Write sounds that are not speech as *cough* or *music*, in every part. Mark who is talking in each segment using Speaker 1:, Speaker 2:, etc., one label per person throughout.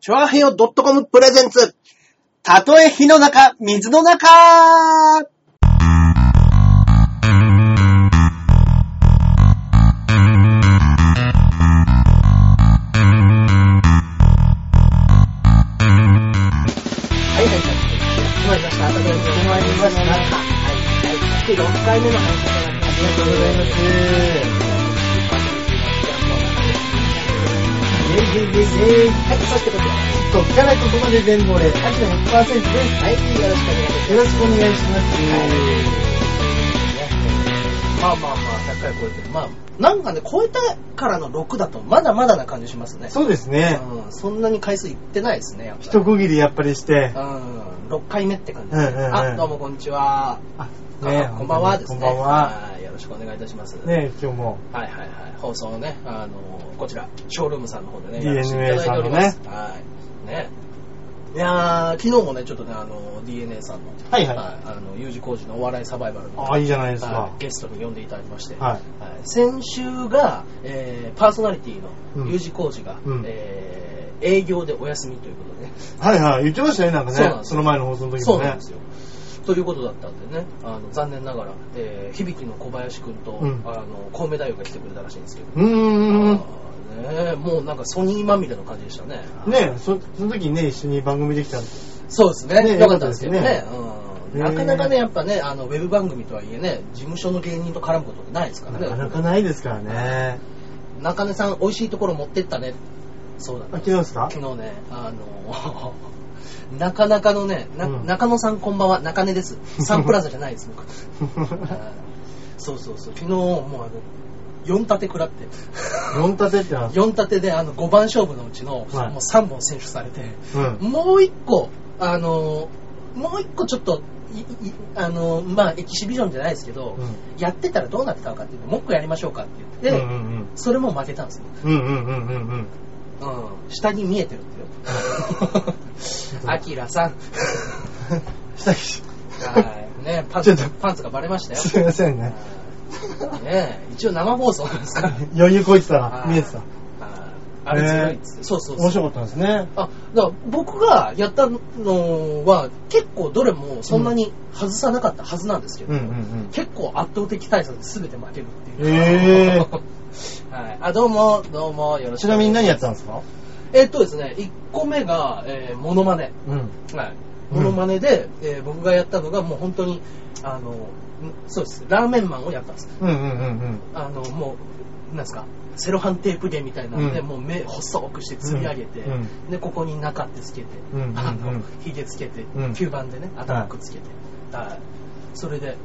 Speaker 1: チョアヘヨ .com プレゼンツ。たとえ火の中、水の中はいはいはい。決まりました。決まりました。はい。第6回目の配信となります。ありがとうございます。イェイイェイイェイイェイ。はい、そしてこちら。
Speaker 2: と、聞かないとこまで全部俺、アキラ100%です。
Speaker 1: はい、よろしくお願いします。
Speaker 2: よろしくお願いします。
Speaker 1: まあまあまあ、100回超えてる。まあ、なんかね、超えたからの6だと、まだまだな感じしますね。
Speaker 2: そうですね。
Speaker 1: うん、そんなに回数いってないですね、やっぱり。
Speaker 2: 一区切りやっぱりして
Speaker 1: う、ん、6回目って感じですね。
Speaker 2: うんうんうん
Speaker 1: あ、どうもこんにちは。
Speaker 2: あ、
Speaker 1: あこんばんはですね。
Speaker 2: こんばんは。
Speaker 1: いよろしくお願いいたします。
Speaker 2: ね、今日も、
Speaker 1: はいはいはい。放送をね、あの、こちら、ショールームさんの方でね、
Speaker 2: DNA
Speaker 1: やらせていただいております。はい。ね。いやー、昨日もね、ちょっとね、あの、DNA さんの、
Speaker 2: はいはい
Speaker 1: あの、U 字工事のお笑いサバイバルの、
Speaker 2: あ、いいじゃないです
Speaker 1: は
Speaker 2: か
Speaker 1: い。ゲストに呼んでいただきまして、
Speaker 2: は
Speaker 1: はい先週が、えーパーソナリティ
Speaker 2: う
Speaker 1: の
Speaker 2: ん
Speaker 1: U 字工事が、
Speaker 2: うん
Speaker 1: えー営業でお休みということでね、
Speaker 2: はいはい、言ってましたね、なんか
Speaker 1: そうなんで
Speaker 2: ね。
Speaker 1: すよ
Speaker 2: その前の放送の時
Speaker 1: そう
Speaker 2: も
Speaker 1: なん
Speaker 2: ね
Speaker 1: で。すよ。ということだったんでね、あの残念ながら、えー響の小林くんと、
Speaker 2: うん
Speaker 1: あのコウメ太夫が来てくれたらしいんですけど、
Speaker 2: うーん。
Speaker 1: あーねえもうなんかソニーまみれの感じでしたね。
Speaker 2: ねそ、その時にね、一緒に番組できたんで。
Speaker 1: そうですね。
Speaker 2: ね
Speaker 1: よかったですけどね。
Speaker 2: よかった
Speaker 1: うん
Speaker 2: ね
Speaker 1: なかなかね、やっぱね、あの、ウェブ番組とはいえね、事務所の芸人と絡むことってないですから
Speaker 2: な
Speaker 1: ね。
Speaker 2: かなかないですからね。
Speaker 1: 中根さん、美味しいところ持ってったね。そうだ
Speaker 2: あ、昨日ですか
Speaker 1: 昨日ね、あの、 *laughs* なかなかのね、な
Speaker 2: うん
Speaker 1: 中野さんこんばんは、中根です。サンプラザじゃないです、僕。 *laughs* は
Speaker 2: *laughs*
Speaker 1: いそうそうそう、昨日もうあの、4立て食らって。
Speaker 2: 4立てってな。
Speaker 1: 4立てであの5番勝負のうちのもう
Speaker 2: はい
Speaker 1: 3本選手されて、
Speaker 2: うん。
Speaker 1: もう1個、あのもう一個ちょっと、いいあのまあ、エキシビジョンじゃないですけど、
Speaker 2: う
Speaker 1: やってたらどうなってたのかっていうのもう1個やりましょうかって言
Speaker 2: う
Speaker 1: って、
Speaker 2: んうん
Speaker 1: それも負けたんですよ。
Speaker 2: うん。うんうんうんうん
Speaker 1: *laughs*
Speaker 2: うん。
Speaker 1: うん、下に見えてるって
Speaker 2: *laughs*
Speaker 1: よ。アキラさん。
Speaker 2: したし。 *laughs*
Speaker 1: はい。ねパン
Speaker 2: ちょ
Speaker 1: ツ
Speaker 2: っと、
Speaker 1: パンツがバレましたよ。
Speaker 2: すいませんね。
Speaker 1: ね一応生放送なんです
Speaker 2: *laughs*
Speaker 1: からね。
Speaker 2: 余裕こいてた
Speaker 1: あ
Speaker 2: ら、
Speaker 1: ー
Speaker 2: 見えてた。
Speaker 1: あーあれ強いっつって。そうそうそう
Speaker 2: 面。白かったですね。
Speaker 1: あ、だから僕がやったのは結構どれもそんなに外さなかったはずなんですけど、
Speaker 2: うんうんうん。
Speaker 1: 結構圧倒的大差で全て負けるっていう。
Speaker 2: ええ
Speaker 1: *laughs* はい。あ、どうも、どうも、よろしく
Speaker 2: ちなみに何やってたんですか
Speaker 1: えっとですね、1個目が、えー、モノマネ。
Speaker 2: うん。
Speaker 1: はい。
Speaker 2: うん
Speaker 1: モノマネで、えー僕がやったのがもう本当に、あの、んそうです。ラーメンマンをやったんです。
Speaker 2: うんうんうん
Speaker 1: あの、もう、なんですか、セロハンテープ芸みたいなので、
Speaker 2: うん
Speaker 1: もう目細くして釣り上げて、
Speaker 2: うん
Speaker 1: で、ここに中ってつけて、
Speaker 2: うんうんうん
Speaker 1: あの、ひげつけて、
Speaker 2: うん
Speaker 1: 吸盤でね、頭くっつけて、はい。それで、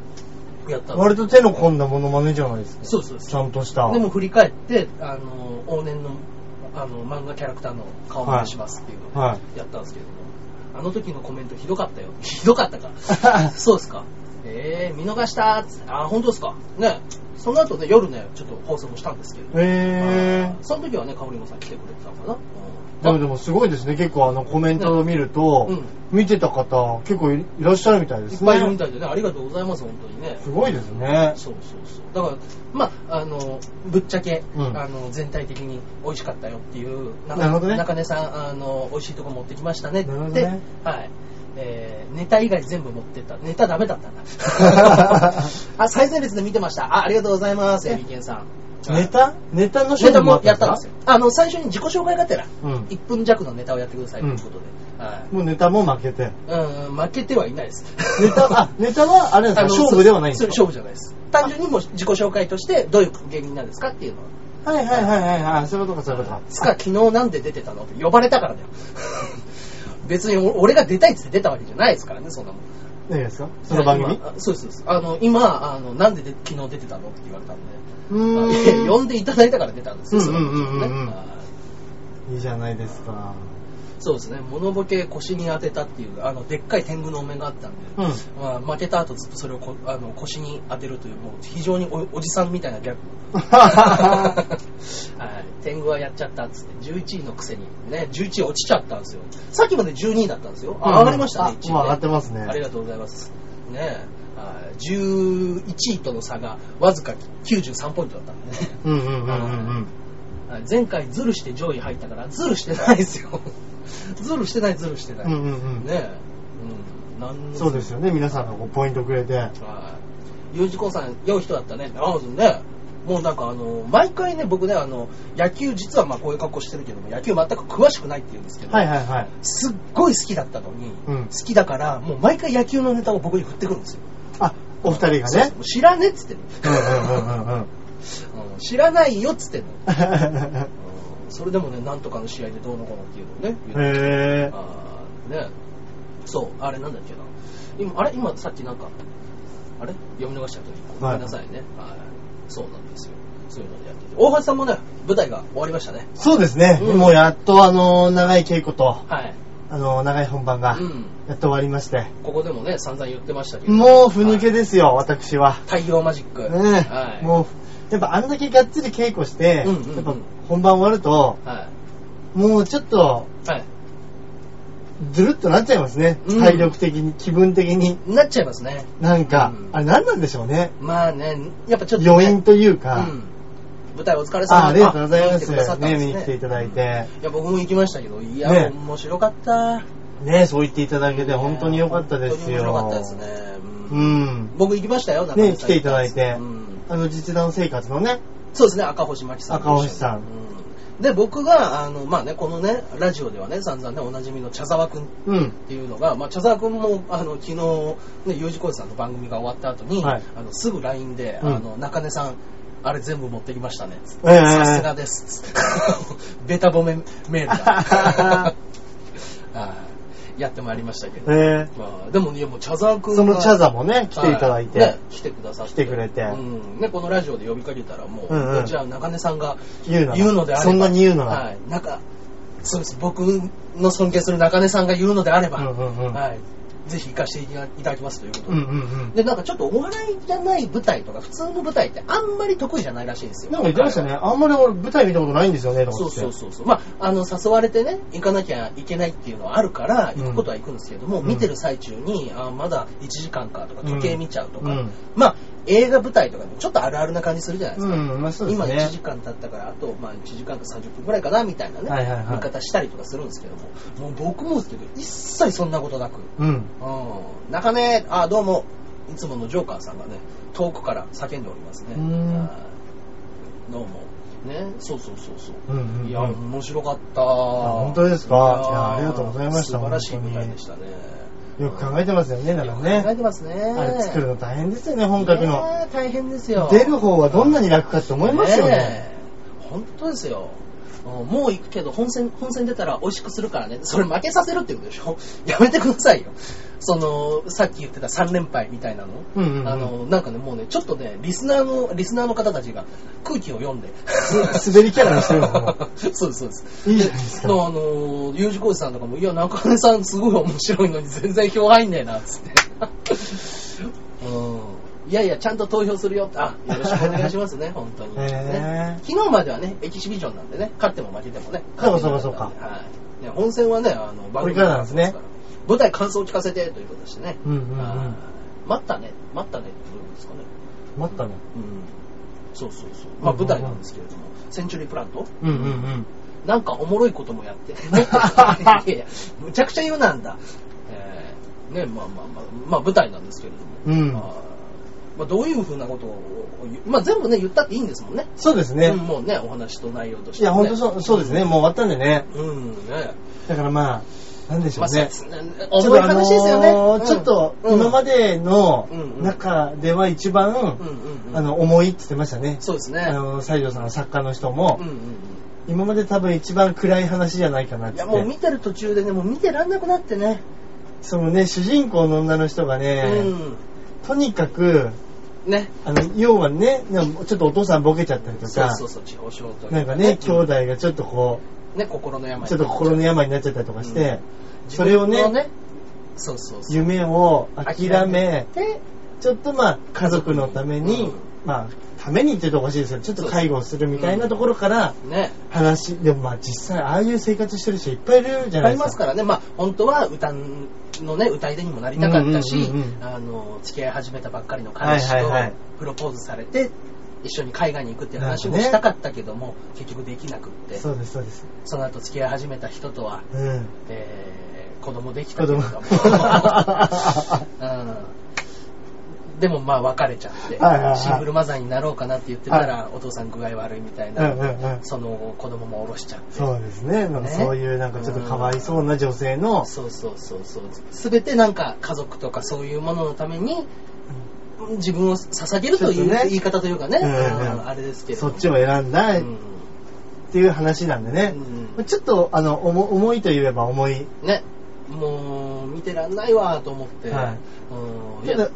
Speaker 1: やった
Speaker 2: うんん。
Speaker 1: です
Speaker 2: 割と手の込んだものまねじゃないですか。
Speaker 1: そうそうそう
Speaker 2: ちゃんとした。
Speaker 1: でも振り返って、あの、往年の、あの、漫画キャラクターの顔真似しますっていうの *laughs*
Speaker 2: は
Speaker 1: をやったんですけれども、あの時のコメントひどかったよ。ひどかったか。 *laughs*
Speaker 2: い。
Speaker 1: そうですか。えー、見逃したーっつって、あー、本当ですか。ね、その後ね、夜ね、ちょっと放送もしたんですけれども、
Speaker 2: え
Speaker 1: あーその時はね、かおりもさん来てくれてたのかな。うん
Speaker 2: ー。でもでもすごいですね。結構あのコメントを見ると、
Speaker 1: うん
Speaker 2: 見てた方結構いらっしゃるみたいで
Speaker 1: い
Speaker 2: す
Speaker 1: っ
Speaker 2: ね。
Speaker 1: ぱいいるみたいでね、ありがとうございます、本当にね。
Speaker 2: すごいですね。
Speaker 1: そうそうそう。だから、まあ、あの、ぶっちゃけ、
Speaker 2: うん
Speaker 1: あの、全体的に美味しかったよっていう、中
Speaker 2: なるほどね
Speaker 1: 中根さん、あの、美味しいとこ持ってきましたねって、
Speaker 2: なるほどね
Speaker 1: はい。えーネタ以外全部持ってった。ネタダメだったん
Speaker 2: *laughs*
Speaker 1: だ。あ、最前列で見てました。あ、ありがとうございます、エビケンさん。
Speaker 2: ネタネタの
Speaker 1: ネタもや
Speaker 2: ん
Speaker 1: ったんですよ。あの、最初に自己紹介がてら、
Speaker 2: うん
Speaker 1: 1分弱のネタをやってくださいということで。はい。
Speaker 2: もうネタも負けて。
Speaker 1: うん、負けてはいないです。
Speaker 2: ネタ、
Speaker 1: *laughs*
Speaker 2: あ、ネタはあれですか
Speaker 1: あの
Speaker 2: 勝負ではないんですか
Speaker 1: そうそう勝負じゃないです。単純にもう自己紹介として、どういう芸人なんですかっていうのを。
Speaker 2: はいはいはいはいはい。そういうことかそういうことか。
Speaker 1: つか、昨日なんで出てたのって呼ばれたからだよ。 *laughs* 別にお俺が出たいっつって出たわけじゃないですからね、そんなもん。
Speaker 2: 何ですかその番組
Speaker 1: 今あそうですそうです。あの、今、あの、なんでで昨日出てたのって言われたん
Speaker 2: う
Speaker 1: で、 *laughs*
Speaker 2: ーん。
Speaker 1: 呼んでいただいたから出たんですよ、
Speaker 2: うんうんうんうんうん
Speaker 1: その時はねはい
Speaker 2: いいじゃないですか。
Speaker 1: そうですね、モノボケ腰に当てたっていう、あの、でっかい天狗のお面があったんで、 *laughs*
Speaker 2: うん。
Speaker 1: まあ、負けた後ずっとそれをこあの腰に当てるという、もう非常におおじさんみたいな
Speaker 2: *laughs*
Speaker 1: ギャグ。はい、天狗はやっちゃったっつって、11位のくせに、ね、11位落ちちゃったんですよ。さっきまで12位だったんですよ。あ、
Speaker 2: うん
Speaker 1: 上がりましたね、
Speaker 2: あ
Speaker 1: 1位、ね。
Speaker 2: もう上がってますね
Speaker 1: ありがとうございます。ねはい11位との差がわずか93ポイントだったんでね。
Speaker 2: うんうんうんうんうん。
Speaker 1: はい前回ズルして上位入ったから、ズルしてないですよ。ズルしてないズルしてない。
Speaker 2: うんうんう
Speaker 1: ね
Speaker 2: ん
Speaker 1: え。うん。なんの
Speaker 2: そうですよね、皆さんがこうポイントくれて。
Speaker 1: はい。U 字工さん、良い人だったね。ああ、そうね。もうなんかあの、毎回ね、僕ね、あの、野球実はまあこういう格好してるけども、野球全く詳しくないって言うんですけど、
Speaker 2: はいはいはい。
Speaker 1: すっごい好きだったのに、
Speaker 2: うん
Speaker 1: 好きだから、もう毎回野球のネタを僕に振ってくるんですよ。
Speaker 2: あ、お二人が
Speaker 1: そう
Speaker 2: ね
Speaker 1: そう。知らねえっつってんの
Speaker 2: うんうんうんうんうん。
Speaker 1: うん知らないよっつってんの。 *laughs*
Speaker 2: へ
Speaker 1: うんそれでもね、なんとかの試合でどうのこうのっていうのをね、言う
Speaker 2: え。
Speaker 1: あーね、そう、あれなんだっけな。今、あれ今さっきなんか、あれ読み逃したけど、ご
Speaker 2: はい
Speaker 1: めんなさいね。はい。そうなんですよ。そういうのでやってて。大橋さんもね、舞台が終わりましたね。
Speaker 2: そうですね。
Speaker 1: うん
Speaker 2: もうやっとあの、長い稽古と、
Speaker 1: はい。
Speaker 2: あの、長い本番が
Speaker 1: う、ん。
Speaker 2: やっと終わりまして。
Speaker 1: ここでもね、散々言ってましたけど。
Speaker 2: もう、ふぬけ
Speaker 1: で。
Speaker 2: ですよ、私は。
Speaker 1: 太陽マジック。
Speaker 2: ね
Speaker 1: はい。
Speaker 2: もう、やっぱあんだけがっつり稽古して、
Speaker 1: うんうんうん
Speaker 2: やっぱ本番終わると、
Speaker 1: は
Speaker 2: もうちょっと、
Speaker 1: い。はい。
Speaker 2: ずるっとなっちゃいますね。
Speaker 1: うん
Speaker 2: 体力的に、気分的に。
Speaker 1: なっちゃいますね。
Speaker 2: なんか、
Speaker 1: うん
Speaker 2: あれ何なんでしょうね。
Speaker 1: まあね、やっぱちょっと、ね。
Speaker 2: 余韻というか、
Speaker 1: うん。舞台お疲れ様
Speaker 2: あありがとうございま
Speaker 1: あ見に来てくださ
Speaker 2: す。
Speaker 1: ったん
Speaker 2: ね、
Speaker 1: です
Speaker 2: 見に来ていただいて。
Speaker 1: いや、僕も行きましたけど、いや、
Speaker 2: ね
Speaker 1: 面白かった。
Speaker 2: ね、そう言っていただけて本当に良かったですよ。
Speaker 1: 本当に面白かったですね。
Speaker 2: う
Speaker 1: うん。
Speaker 2: ん。
Speaker 1: 僕行きましたよ、中
Speaker 2: ね、
Speaker 1: 西
Speaker 2: 来
Speaker 1: さん
Speaker 2: ていただいて、
Speaker 1: うん
Speaker 2: あの、実弾生活のね、
Speaker 1: そうですね、赤星真紀さん。
Speaker 2: 赤星さん
Speaker 1: うん。で、僕が、あの、まあね、このね、ラジオではね、散々ね、おなじみの茶沢くんっ
Speaker 2: うん。
Speaker 1: ていうのが、まあ、茶沢くんも、あの、昨日、ね、U 字工事さんの番組が終わった後に、
Speaker 2: はい
Speaker 1: あの、すぐ LINE で、
Speaker 2: うん
Speaker 1: あの、中根さん、あれ全部持ってきましたね、つって
Speaker 2: ええ
Speaker 1: さすがです。 *laughs* つってベタ褒めメー
Speaker 2: *laughs*
Speaker 1: ルだ。はいやってまいりましたけど。
Speaker 2: え
Speaker 1: まあ、でもね、もう茶沢くん
Speaker 2: そのチャ
Speaker 1: 沢
Speaker 2: ザもね、来ていただいて、
Speaker 1: ね、来てくださって。
Speaker 2: 来てくれて
Speaker 1: うん。ね、このラジオで呼びかけたら、もう、
Speaker 2: うんうん
Speaker 1: じゃあ中根さんが
Speaker 2: 言うなら
Speaker 1: 言うのであれば。
Speaker 2: そんなに言うなら
Speaker 1: はい。なんか、そうです。僕の尊敬する中根さんが言うのであれば、
Speaker 2: うんうんうん
Speaker 1: はい。ぜひ行かせていただきますということ
Speaker 2: う
Speaker 1: で。
Speaker 2: んうんうん。
Speaker 1: で、なんかちょっとお笑いじゃない舞台とか、普通の舞台ってあんまり得意じゃないらしいんですよ。
Speaker 2: なんか言ってましたね、あんまり俺舞台見たことないんですよね、とか
Speaker 1: そ
Speaker 2: 言
Speaker 1: う
Speaker 2: って。
Speaker 1: そうそうそう。まあ、あの、誘われてね、行かなきゃいけないっていうのはあるから、
Speaker 2: うん
Speaker 1: 行くことは行くんですけども、
Speaker 2: うん
Speaker 1: 見てる最中に、あまだ1時間かとか、時計見ちゃうとか、
Speaker 2: うんうん
Speaker 1: まあ、映画舞台とかでもちょっとあるあるな感じするじゃないですか。
Speaker 2: うん、まあそうです
Speaker 1: 今
Speaker 2: ね。
Speaker 1: 1時間経ったから、あと、まあ、1時間か30分くらいかな、みたいなね、
Speaker 2: はいはいはい
Speaker 1: 見方したりとかするんですけども、もう僕もですけど、一切そんなことなく、
Speaker 2: うん。
Speaker 1: うん、中根、あ、どうも、いつものジョーカーさんがね、遠くから叫んでおりますね。
Speaker 2: うーん
Speaker 1: はいどうも。ね、そうそうそうそう。
Speaker 2: うんうんうん
Speaker 1: いや、面白かった。
Speaker 2: 本当ですか
Speaker 1: やー
Speaker 2: いやありがとうございました
Speaker 1: 素晴らしい
Speaker 2: 本当
Speaker 1: 舞
Speaker 2: に
Speaker 1: 台でしたね。
Speaker 2: よく考えてますよね、だ
Speaker 1: よ
Speaker 2: から
Speaker 1: く考え
Speaker 2: ね。
Speaker 1: てますね。
Speaker 2: あれ作るの大変ですよね、本格
Speaker 1: 格
Speaker 2: の。。
Speaker 1: 大変ですよ。
Speaker 2: 出る方はどんなに楽かって思いますよね。
Speaker 1: え本当ですよ。うんもう行くけど、本戦、本戦出たら美味しくするからね。それ負けさせるってことでしょ *laughs* やめてくださいよ。その、さっき言ってた3連敗みたいなの。
Speaker 2: うんうんうん
Speaker 1: あの、なんかね、もうね、ちょっとね、リスナーの、リスナーの方たちが空気を読んで。
Speaker 2: す滑りキャラにしてるのかな
Speaker 1: *laughs* そうです、そうです。
Speaker 2: いいじゃないですか
Speaker 1: であ *laughs* の、U 字工事さんとかも、いや、中根さんすごい面白いのに全然票入んねえな、つって。 *laughs* うん。いやいや、ちゃんと投票するよ。あ、よろしくお願いします
Speaker 2: *laughs*
Speaker 1: ね、本当に。
Speaker 2: へ
Speaker 1: ね
Speaker 2: ー
Speaker 1: 昨日まではね、エキシビジョンなんでね、勝っても負けてもね。
Speaker 2: そうかそうかそうか
Speaker 1: はい。ね、本戦はね、あの、
Speaker 2: これからなんですね
Speaker 1: 舞台感想を聞かせてということでしてね。
Speaker 2: うんうんうん
Speaker 1: はい待ったね、待ったねってどういうんですかね。
Speaker 2: 待ったね。
Speaker 1: うん。そうそうそう。まあ舞台なんですけれども、センチュリープラント
Speaker 2: うんうんうん。
Speaker 1: なんかおもろいこともやって。 *laughs* もっといやいや、むちゃくちゃ言うなんだ。えーね、まあまあまあ、まあ舞台なんですけれども。
Speaker 2: うん
Speaker 1: まあまあどういうふうなことを、まあ全部ね、言ったっていいんですもんね。
Speaker 2: そうですね
Speaker 1: うん。もうね、お話と内容として、
Speaker 2: いや、本当そう、そうですね。もう終わったんでね。
Speaker 1: う。うん、ね。
Speaker 2: だからまあ、なんでしょ
Speaker 1: ま
Speaker 2: う
Speaker 1: あ、
Speaker 2: ね。
Speaker 1: 切な重い話ですよね。
Speaker 2: ちょっとあのー
Speaker 1: うん
Speaker 2: ちょっと
Speaker 1: うん
Speaker 2: 今までの
Speaker 1: うんうん
Speaker 2: 中では一番、
Speaker 1: うんうんうん
Speaker 2: あの、重いって言ってましたね。
Speaker 1: そうですね。
Speaker 2: あの、西条さんの作家の人も、
Speaker 1: うんうんうん
Speaker 2: 今まで多分一番暗い話じゃないかなっ
Speaker 1: い
Speaker 2: て
Speaker 1: や
Speaker 2: 言
Speaker 1: もう
Speaker 2: っ
Speaker 1: 見
Speaker 2: て。
Speaker 1: てる途中でね、もう見てらんなくなってね。
Speaker 2: そのね、主人公の女の人がね、とにかく、
Speaker 1: うん。ね。
Speaker 2: あの、要はね、なんかちょっとお父さんボケちゃったりと
Speaker 1: そう
Speaker 2: か、
Speaker 1: そうそう、地方症という
Speaker 2: なんかね、兄
Speaker 1: うん
Speaker 2: 弟がちょっとこ
Speaker 1: ね、心の
Speaker 2: う、
Speaker 1: 病。
Speaker 2: ちょっと心の病になっちゃったりとかして、それを
Speaker 1: 自分の
Speaker 2: ね、
Speaker 1: そうそうそう。
Speaker 2: 夢を諦め、
Speaker 1: で、
Speaker 2: ちょっとまあ家族のために、
Speaker 1: うん
Speaker 2: まあためにっていうとおかしいですけど、ちょっと介護をするみたいなところから
Speaker 1: ね。
Speaker 2: 話、でもまあ実際ああいう生活してる人いっぱいいるじゃない
Speaker 1: あ
Speaker 2: で
Speaker 1: り
Speaker 2: すか。
Speaker 1: ますからね、まあ、本当は歌のね、歌い手にもなりたかったし、
Speaker 2: うんうんうんうん
Speaker 1: あの、付き合い始めたばっかりの彼氏と
Speaker 2: はいはいはい
Speaker 1: プロポーズされて、一緒に海外に行くっていう話もしたかったけども、結局できなくって
Speaker 2: そうです、そうです。
Speaker 1: その後付き合い始めた人とは、
Speaker 2: うん。
Speaker 1: えー子供できたけれども、
Speaker 2: 子 *laughs* 供
Speaker 1: うんでもまあ別れちゃって
Speaker 2: はいはいはい
Speaker 1: シングルマザーになろうかなって言ってたらお父さん具合悪いみたい
Speaker 2: うんう
Speaker 1: なん
Speaker 2: うん。
Speaker 1: その子供もおろしちゃって
Speaker 2: そうですね。なんかそういうなんかちょっとかわいそうな女性の、
Speaker 1: そうそうそうそう全てなんか家族とかそういうもののために自分を捧げるとい
Speaker 2: ちょっ
Speaker 1: う
Speaker 2: とね
Speaker 1: 言い方というかね
Speaker 2: うんうんうん
Speaker 1: うんあれですけど
Speaker 2: そっちを選んだ
Speaker 1: う
Speaker 2: っ
Speaker 1: ん
Speaker 2: ていう話なんでね。
Speaker 1: うん
Speaker 2: ちょっと、あの、重重いといえば重い。
Speaker 1: ねもう見てらんないわと思って
Speaker 2: はい
Speaker 1: うんい
Speaker 2: た
Speaker 1: や
Speaker 2: だ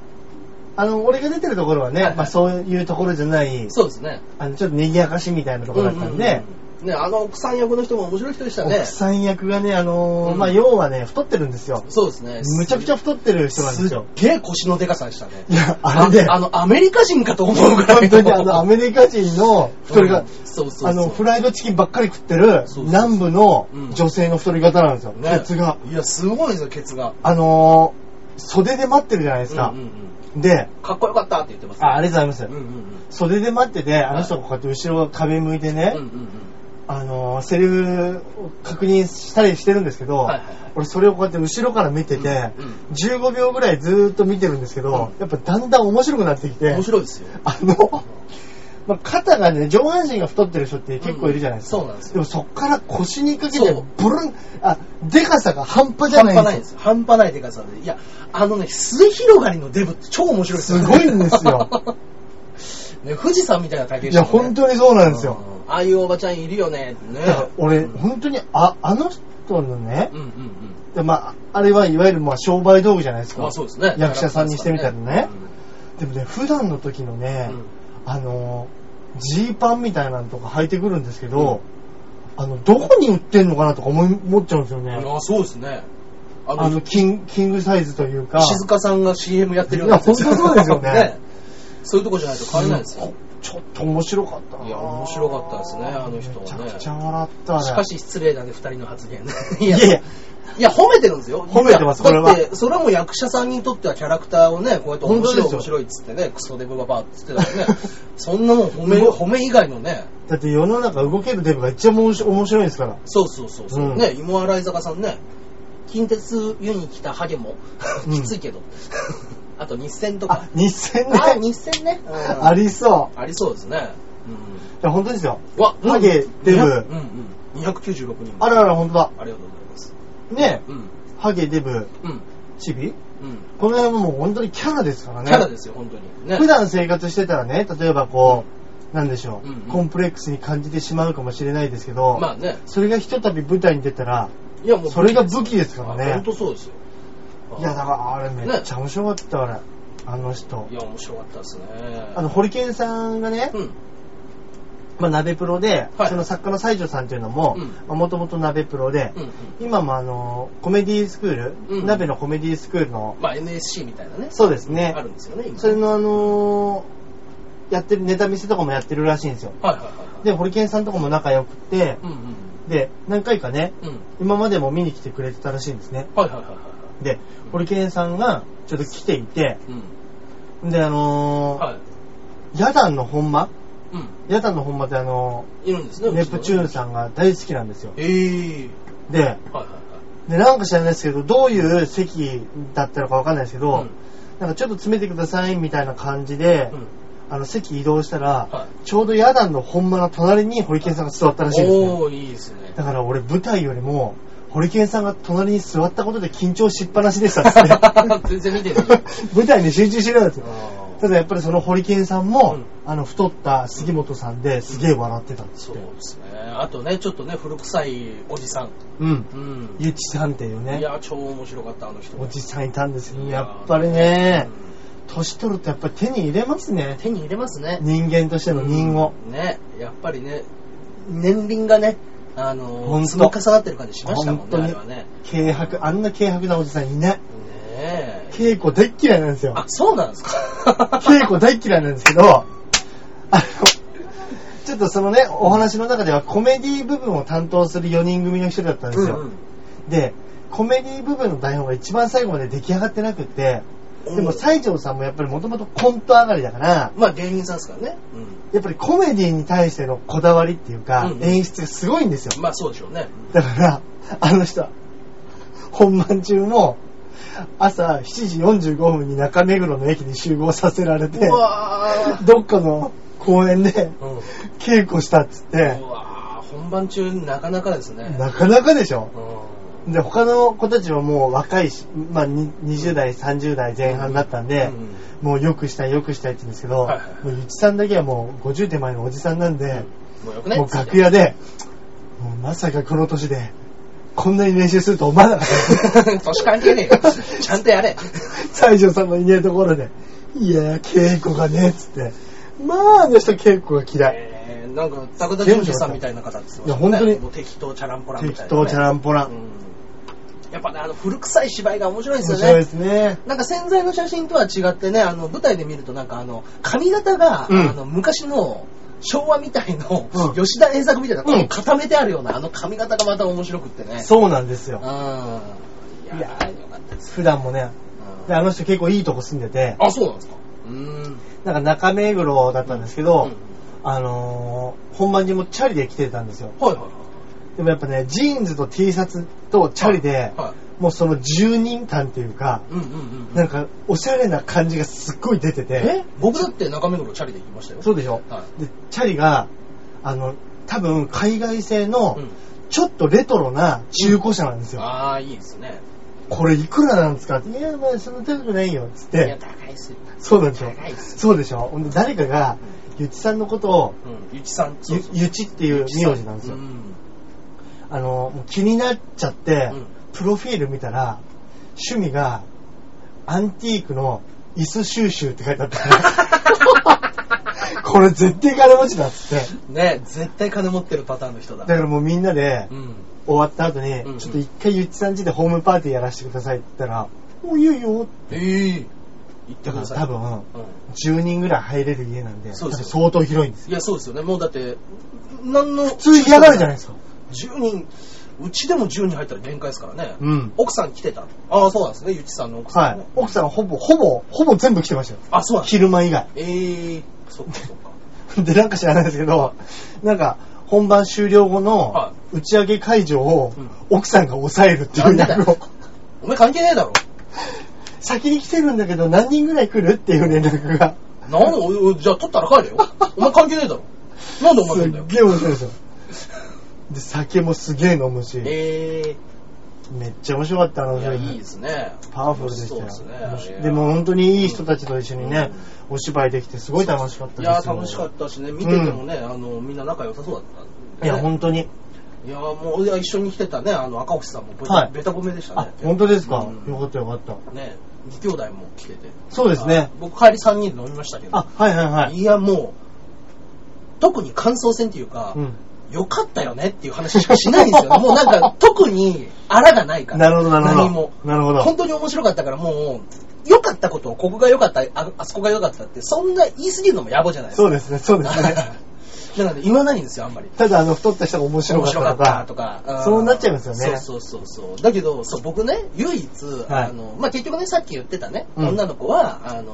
Speaker 2: あの、俺が出てるところはね、
Speaker 1: はいはい
Speaker 2: まあそういうところじゃない、
Speaker 1: そうですね
Speaker 2: あの、ちょっと賑やかしみたいなところだった
Speaker 1: うんう
Speaker 2: んで、
Speaker 1: んうんね、あの奥さん役の人も面白い人でしたね
Speaker 2: 奥。さん役がね、あのー
Speaker 1: うん
Speaker 2: まあ要はね、太ってるんですよ。
Speaker 1: そうですね。
Speaker 2: むちゃくちゃ太ってる人なんですよ。
Speaker 1: すっげえ腰のデカさでしたね。
Speaker 2: いや、あれね、
Speaker 1: ああの、アメリカ人かと思うぐらい
Speaker 2: 本当にあの、アメリカ人の太りが、
Speaker 1: うんそうそうそう
Speaker 2: あの、フライドチキンばっかり食ってる
Speaker 1: そうそうそう
Speaker 2: 南部の
Speaker 1: うん
Speaker 2: 女性の太り方なんですよ。
Speaker 1: ね
Speaker 2: ケツが。
Speaker 1: いや、すごいですよ、ケツが。
Speaker 2: あのー、袖で待ってるじゃないですか
Speaker 1: うんうん。う
Speaker 2: で、
Speaker 1: んかっこよかったって言ってます。
Speaker 2: あ、ありがとうござい
Speaker 1: うん
Speaker 2: ま
Speaker 1: う
Speaker 2: す。
Speaker 1: んうん。
Speaker 2: 袖で待ってて、あの人がこうやって後ろ壁向いてね
Speaker 1: うん、うんうん。
Speaker 2: あのー、セリフを確認したりしてるんですけど、
Speaker 1: はいはいはい
Speaker 2: 俺それをこうやって後ろから見てて、
Speaker 1: うんうん
Speaker 2: 15秒ぐらいずーっと見てるんですけど、
Speaker 1: うん
Speaker 2: やっぱだんだん面白くなってきて、
Speaker 1: 面白いですよ。
Speaker 2: あの、まあ、肩がね、上半身が太ってる人って結構いるじゃないですか。
Speaker 1: うんそうなんですよ
Speaker 2: でもそっから腰にかけ
Speaker 1: そ
Speaker 2: て
Speaker 1: う、
Speaker 2: ブルン、あ、でかさが半端じゃ
Speaker 1: 半
Speaker 2: ない
Speaker 1: 端ないです。半端ないデカさで。いや、あのね、末広がりのデブって超面白いですよね。
Speaker 2: すごいんですよ
Speaker 1: *laughs* ね、富士山みたいな体型
Speaker 2: いや、本当にそうなんですよ。
Speaker 1: うん。ああいうおばちゃんいるよね。ね
Speaker 2: だから俺、
Speaker 1: うん
Speaker 2: 本当に、あ、あの人のね
Speaker 1: う、んうんうん。
Speaker 2: でまあ、あれはいわゆるまあ商売道具じゃないですか。
Speaker 1: まあそうですね。
Speaker 2: 役者さんにしてみたらね。
Speaker 1: うん
Speaker 2: でもね、普段の時のね、
Speaker 1: うん
Speaker 2: あの、ジーパンみたいなのとか履いてくるんですけど、あの、どこに売ってんのかなとか思い思っちゃうんですよね。
Speaker 1: あ、そうですね。あ
Speaker 2: あ
Speaker 1: の
Speaker 2: の、、キンキングサイズというか。
Speaker 1: 静香さんが CM やってるよう
Speaker 2: いや本当そうです
Speaker 1: *laughs*
Speaker 2: よね
Speaker 1: そういうとこじゃないと買えないですよ。
Speaker 2: ちょっと面白かったない
Speaker 1: や面白かったですねあの人はね
Speaker 2: めちゃくちゃ笑ったね
Speaker 1: しかし失礼だね、二人の発言。い
Speaker 2: い
Speaker 1: や
Speaker 2: や
Speaker 1: い
Speaker 2: い
Speaker 1: や
Speaker 2: や、
Speaker 1: 褒めてるんですよ。
Speaker 2: 褒めてます
Speaker 1: いやだっ
Speaker 2: これ
Speaker 1: て、それはもう役者さんにとってはキャラクターをね、こうやって面
Speaker 2: 本
Speaker 1: 白い
Speaker 2: 当ですよ
Speaker 1: 面白いっつってね、クソデブババアっつってた
Speaker 2: *laughs*
Speaker 1: らね、そんなもん褒め、褒め以外のね、
Speaker 2: だって世の中動けるデブが一番面白面白いですから
Speaker 1: そうそうそうそう、
Speaker 2: うん
Speaker 1: ね、芋洗坂さんね、近鉄湯に来たハゲも、
Speaker 2: うん
Speaker 1: きついけど、あと日線とか
Speaker 2: あ、日戦ね
Speaker 1: あ、日線ね。うん
Speaker 2: *laughs* ありそう
Speaker 1: ありそうですね。
Speaker 2: いや本当ですよ
Speaker 1: うん。わ、
Speaker 2: ハゲデブ
Speaker 1: うんうん。296人。
Speaker 2: あらあら本当だ
Speaker 1: ありがとうございます。
Speaker 2: ね
Speaker 1: うん。
Speaker 2: ハゲデブ
Speaker 1: うん。
Speaker 2: チビ
Speaker 1: うん。
Speaker 2: この辺はもう本当にキャラですから
Speaker 1: キ
Speaker 2: ね
Speaker 1: ャラですよ、本当に。ね。
Speaker 2: 普段生活してたらね例えばこうなんでしょう、
Speaker 1: うんうん
Speaker 2: コンプレックスに感じてしまうかもしれないですけど、
Speaker 1: まあね。
Speaker 2: それがひとたび舞台に出たら
Speaker 1: いやもう、
Speaker 2: それが武器ですからね
Speaker 1: 本当そうですよ。
Speaker 2: いや、だからあれめっちゃ面白かった、あれ。あの人
Speaker 1: い。や、面白かったですね。
Speaker 2: あの、、ホリケンさんがね、
Speaker 1: うん。
Speaker 2: まあ、鍋プロで、
Speaker 1: はい
Speaker 2: その作家の西条さんっていうのも
Speaker 1: うん、
Speaker 2: もともと鍋プロで、
Speaker 1: うんうん。
Speaker 2: 今もあの、コメディスクール、
Speaker 1: うん
Speaker 2: 鍋のコメディスクールの、
Speaker 1: まあ NSC みたいなね。
Speaker 2: そうですね
Speaker 1: あ、るんですよね、今。
Speaker 2: それのあのーやってる、ネタ見せとかもやってるらしいんですよ。
Speaker 1: はいはいはいはい。
Speaker 2: で、ホリケンさんとかも仲良くて、
Speaker 1: うん
Speaker 2: で、何回かね、
Speaker 1: うん。うん。
Speaker 2: 今までも見に来てくれてたらしいんですね。
Speaker 1: はいはいはいは
Speaker 2: で、ホリケンさんがちょっと来ていて、
Speaker 1: い。うん。
Speaker 2: で、あのー
Speaker 1: はい。
Speaker 2: ヤダンの本間
Speaker 1: うん。
Speaker 2: ヤダンの本間ってあの、
Speaker 1: いるんですね。
Speaker 2: ネプチューン
Speaker 1: ス。
Speaker 2: さんが大好きなんですよ。
Speaker 1: ええ。
Speaker 2: で、
Speaker 1: はいはい
Speaker 2: でなんか知らないですけど、どういう席だったのかわかんないですけ
Speaker 1: は
Speaker 2: ど、
Speaker 1: い。
Speaker 2: なんかちょっと詰めてくださいみたいな感じで、
Speaker 1: うん。うん
Speaker 2: あの席移動したら、
Speaker 1: は
Speaker 2: ちょうどヤダンの本間の隣にホリケンさんが座ったらしいんですね。
Speaker 1: おー、いい *laughs* ですね。
Speaker 2: だから俺舞台よりも、ホリケンさんが隣に座ったことで緊張しっぱなしでしたっつって。
Speaker 1: *laughs* 全然見てない
Speaker 2: 舞台に集中しろよって。
Speaker 1: あ
Speaker 2: た
Speaker 1: ー
Speaker 2: だやっぱりそのホリケンさんも、
Speaker 1: うん
Speaker 2: あの太った杉本さんですげえ笑ってたんです
Speaker 1: そ
Speaker 2: っ
Speaker 1: う
Speaker 2: て。
Speaker 1: ですね。あとね、ちょっとね、古臭いおじさん。
Speaker 2: うん。
Speaker 1: うん。
Speaker 2: ゆちさんっていう
Speaker 1: い
Speaker 2: ね、
Speaker 1: や、超面白かった、あの人。
Speaker 2: おじさんいたんですよ。
Speaker 1: い
Speaker 2: や
Speaker 1: や
Speaker 2: っぱりね、年取るとやっぱり手に入れますね。
Speaker 1: 手に入れますね。
Speaker 2: 人間としての人を。
Speaker 1: ね、やっぱりね、年輪がね、あの
Speaker 2: ほ
Speaker 1: ー、
Speaker 2: んと
Speaker 1: 積み重なってる感じしましたもんね、
Speaker 2: ほんと
Speaker 1: あ
Speaker 2: に
Speaker 1: れはね。ね
Speaker 2: 軽薄、あんな軽薄なおじさんいない。
Speaker 1: え。
Speaker 2: 稽古大っ嫌いなんですよ
Speaker 1: あ、。そうなんですか。
Speaker 2: 稽古大っ嫌いなんですけど、あの、ちょっとそのね、お話の中ではコメディ部分を担当する4人組の一人だったんですよ。
Speaker 1: うんうん
Speaker 2: で、コメディ部分の台本が一番最後まで出来上がってなくて、でも西条さんもやっぱりもともとコント上がりだから、
Speaker 1: まあ芸人さんですからね。う
Speaker 2: やっぱりコメディに対してのこだわりっていうか、
Speaker 1: うん
Speaker 2: 演出がすごいんですよ。
Speaker 1: ん。まあそうでしょうね。
Speaker 2: だから、あの人は、本番中も、朝7時45分に中目黒の駅に集合させられて、
Speaker 1: うわー
Speaker 2: どっかの公園で
Speaker 1: うん。う
Speaker 2: 稽古したっつって、
Speaker 1: わー本番中なかなかですね。
Speaker 2: なかなかでしょ。
Speaker 1: うん
Speaker 2: で、他の子たちはもう若いし、まあ、に20代、30代前半だったんで、
Speaker 1: うん
Speaker 2: もうよくしたい、よくしたいって言うんですけど、
Speaker 1: はいはいはい
Speaker 2: もうゆちさんだけはもう50手前のおじさんなんで、
Speaker 1: もうよくね。
Speaker 2: もう楽屋で、もうまさかこの年で、こんなに練習すると思わなかっ
Speaker 1: *laughs*
Speaker 2: た。
Speaker 1: 年関係ねえよ。ちゃんとやれ。
Speaker 2: 西条さんのいないところで、いやー、稽古がね、つって。まあ、あの人稽古が嫌い。
Speaker 1: えーなんか、高田純次さんみたいな方ですよね。
Speaker 2: いや本当に
Speaker 1: もう適当チャランポランみ
Speaker 2: 適
Speaker 1: たいなね、
Speaker 2: 当チャランポラ
Speaker 1: う
Speaker 2: ン。
Speaker 1: んやっぱね、あの、古臭い芝居が面白いで
Speaker 2: 面
Speaker 1: すよね。
Speaker 2: 白いですね。
Speaker 1: なんか潜在の写真とは違ってね、あの、舞台で見るとなんかあの、髪型が、
Speaker 2: うん
Speaker 1: あの、昔の、昭和みたいの、
Speaker 2: うん
Speaker 1: 吉田栄作みたいな、こう
Speaker 2: うん
Speaker 1: 固めてあるような、あの髪型がまた面白くってね。
Speaker 2: そうなんです
Speaker 1: うん。い
Speaker 2: よ。
Speaker 1: やー、
Speaker 2: いや
Speaker 1: よかったです。
Speaker 2: 普段もね、
Speaker 1: うん
Speaker 2: であの人結構いいとこ住んでて、
Speaker 1: あ、そうなんですかうーん。
Speaker 2: なんか中目黒だったんですけ
Speaker 1: う
Speaker 2: ど
Speaker 1: ん、
Speaker 2: あのー、本番にもチャリで来てたんですよ。
Speaker 1: はいはいはい。
Speaker 2: でもやっぱね、ジーンズと T シャツとチャリで、
Speaker 1: は
Speaker 2: もうその住人感っていうか、
Speaker 1: い。うんうんうん。
Speaker 2: なんか、おしゃれな感じがすっごい出てて。
Speaker 1: え僕だって中目黒チャリで行きましたよ。
Speaker 2: そうでしょ
Speaker 1: は
Speaker 2: で、チャリが、あの、多分、海外製の
Speaker 1: い。う、ん
Speaker 2: ちょっとレトロな中古車なんですよ。
Speaker 1: ああ、いいですね。
Speaker 2: これいくらなんですかって、いや、まあ、そんな高くないよ、つっ
Speaker 1: いや、
Speaker 2: て。
Speaker 1: 高いっすよ。
Speaker 2: そうなんですよ
Speaker 1: 高いっ。す
Speaker 2: そうでしょほんで誰かが、ゆちさんのことを、
Speaker 1: うん。ゆちさん、
Speaker 2: ゆゆちっていう名字なんですよ
Speaker 1: う。ん。
Speaker 2: あの、もう気になっちゃって
Speaker 1: うん、
Speaker 2: プロフィール見たら、趣味が、アンティークの椅子収集って書いてあ
Speaker 1: *laughs*
Speaker 2: った。これ絶対金持ちだっつって。
Speaker 1: *laughs* ね、絶対金持ってるパターンの人だ。
Speaker 2: だからもうみんなで
Speaker 1: う、ん。
Speaker 2: 終わった後
Speaker 1: うん
Speaker 2: に、ちょっと一回ゆっちさん家でホームパーティーやらせてくださいって言ったら、おいいよいいよ。
Speaker 1: ええ言って
Speaker 2: だ
Speaker 1: く
Speaker 2: から
Speaker 1: ださい。
Speaker 2: 多分、
Speaker 1: うん。
Speaker 2: 10人ぐらい入れる家なんで、
Speaker 1: そうですよ
Speaker 2: 多分相当広いんですよ。
Speaker 1: いや、そうですよね。もうだって、なんの。普
Speaker 2: 普通嫌がるじゃないですか。
Speaker 1: 10人、うちでも10人入ったら限界ですからね。
Speaker 2: うん。
Speaker 1: 奥さん来てた。ああ、そうなんですね。ゆちさんの奥さ
Speaker 2: は
Speaker 1: ん、ね
Speaker 2: い。奥さんほぼ、ほぼ、ほぼ全部来てましたよ。
Speaker 1: あ、そうなんですね。
Speaker 2: 昼間以外。 *laughs*
Speaker 1: ええそっかそっか。
Speaker 2: で、なんか知らないですけど、なんか、本番終了後
Speaker 1: は
Speaker 2: の打ち上げ会場を
Speaker 1: うん
Speaker 2: 奥さんが抑えるっていう
Speaker 1: なんでだ
Speaker 2: 役を
Speaker 1: よ、お前関係ねえだろ。
Speaker 2: *laughs* 先に来てるんだけど何人ぐらい来るっていう連絡が、
Speaker 1: なんでおお、じゃあ取ったら帰れよ。お前関係ねえだろ。なんでお前
Speaker 2: す
Speaker 1: な
Speaker 2: っ
Speaker 1: んだよ。
Speaker 2: げえ面白いですよ。で、酒もすげえ飲むし、
Speaker 1: ええ
Speaker 2: めっちゃ面白かったな、あの
Speaker 1: いや、いいですね。
Speaker 2: パワフルでしたよ。
Speaker 1: 楽しそうですね。
Speaker 2: でも本当にいい人たちと一緒にね、お芝居できてすごい楽しかった
Speaker 1: い
Speaker 2: です
Speaker 1: や
Speaker 2: よ。
Speaker 1: 楽しかったしね見ててもね、あのみんな仲良さそうだったんでね、
Speaker 2: いや、本当に。
Speaker 1: いやもういや一緒に来てたねあの赤星さんもベタ,、
Speaker 2: はい
Speaker 1: ベタ褒めでした
Speaker 2: あ
Speaker 1: ね、
Speaker 2: 本当ですか
Speaker 1: うん。
Speaker 2: よかったよかった。
Speaker 1: ね二兄弟も来てて
Speaker 2: そうですね
Speaker 1: あ。僕帰り3人で飲みましたけど
Speaker 2: あ、はいはいはい。
Speaker 1: いやもう特に感想戦っていうか、
Speaker 2: うん
Speaker 1: 良かったよねっていう話しかしないんです
Speaker 2: *laughs*
Speaker 1: よね。もうなんか、特に、あらがないから。
Speaker 2: なるほどなるほど
Speaker 1: 何も。
Speaker 2: なるほど
Speaker 1: 本当に面白かったから、もう、良かったことを、ここが良かった、ああそこが良かったって、そんな言い過ぎるのも野暮じゃないですか
Speaker 2: そうです
Speaker 1: *laughs*
Speaker 2: ね、そうですね。
Speaker 1: だからね言わないんですよ、あんまり。
Speaker 2: ただあの太った人が面白
Speaker 1: 面
Speaker 2: かった
Speaker 1: 白か
Speaker 2: と
Speaker 1: った
Speaker 2: か
Speaker 1: とか。ん
Speaker 2: そうなっちゃいますよね
Speaker 1: そうそうそうそう。だけど、そう、僕ね、唯一、
Speaker 2: はい
Speaker 1: あの、まあ、結局ね、さっき言ってたね、
Speaker 2: うん
Speaker 1: 女の子は、あの、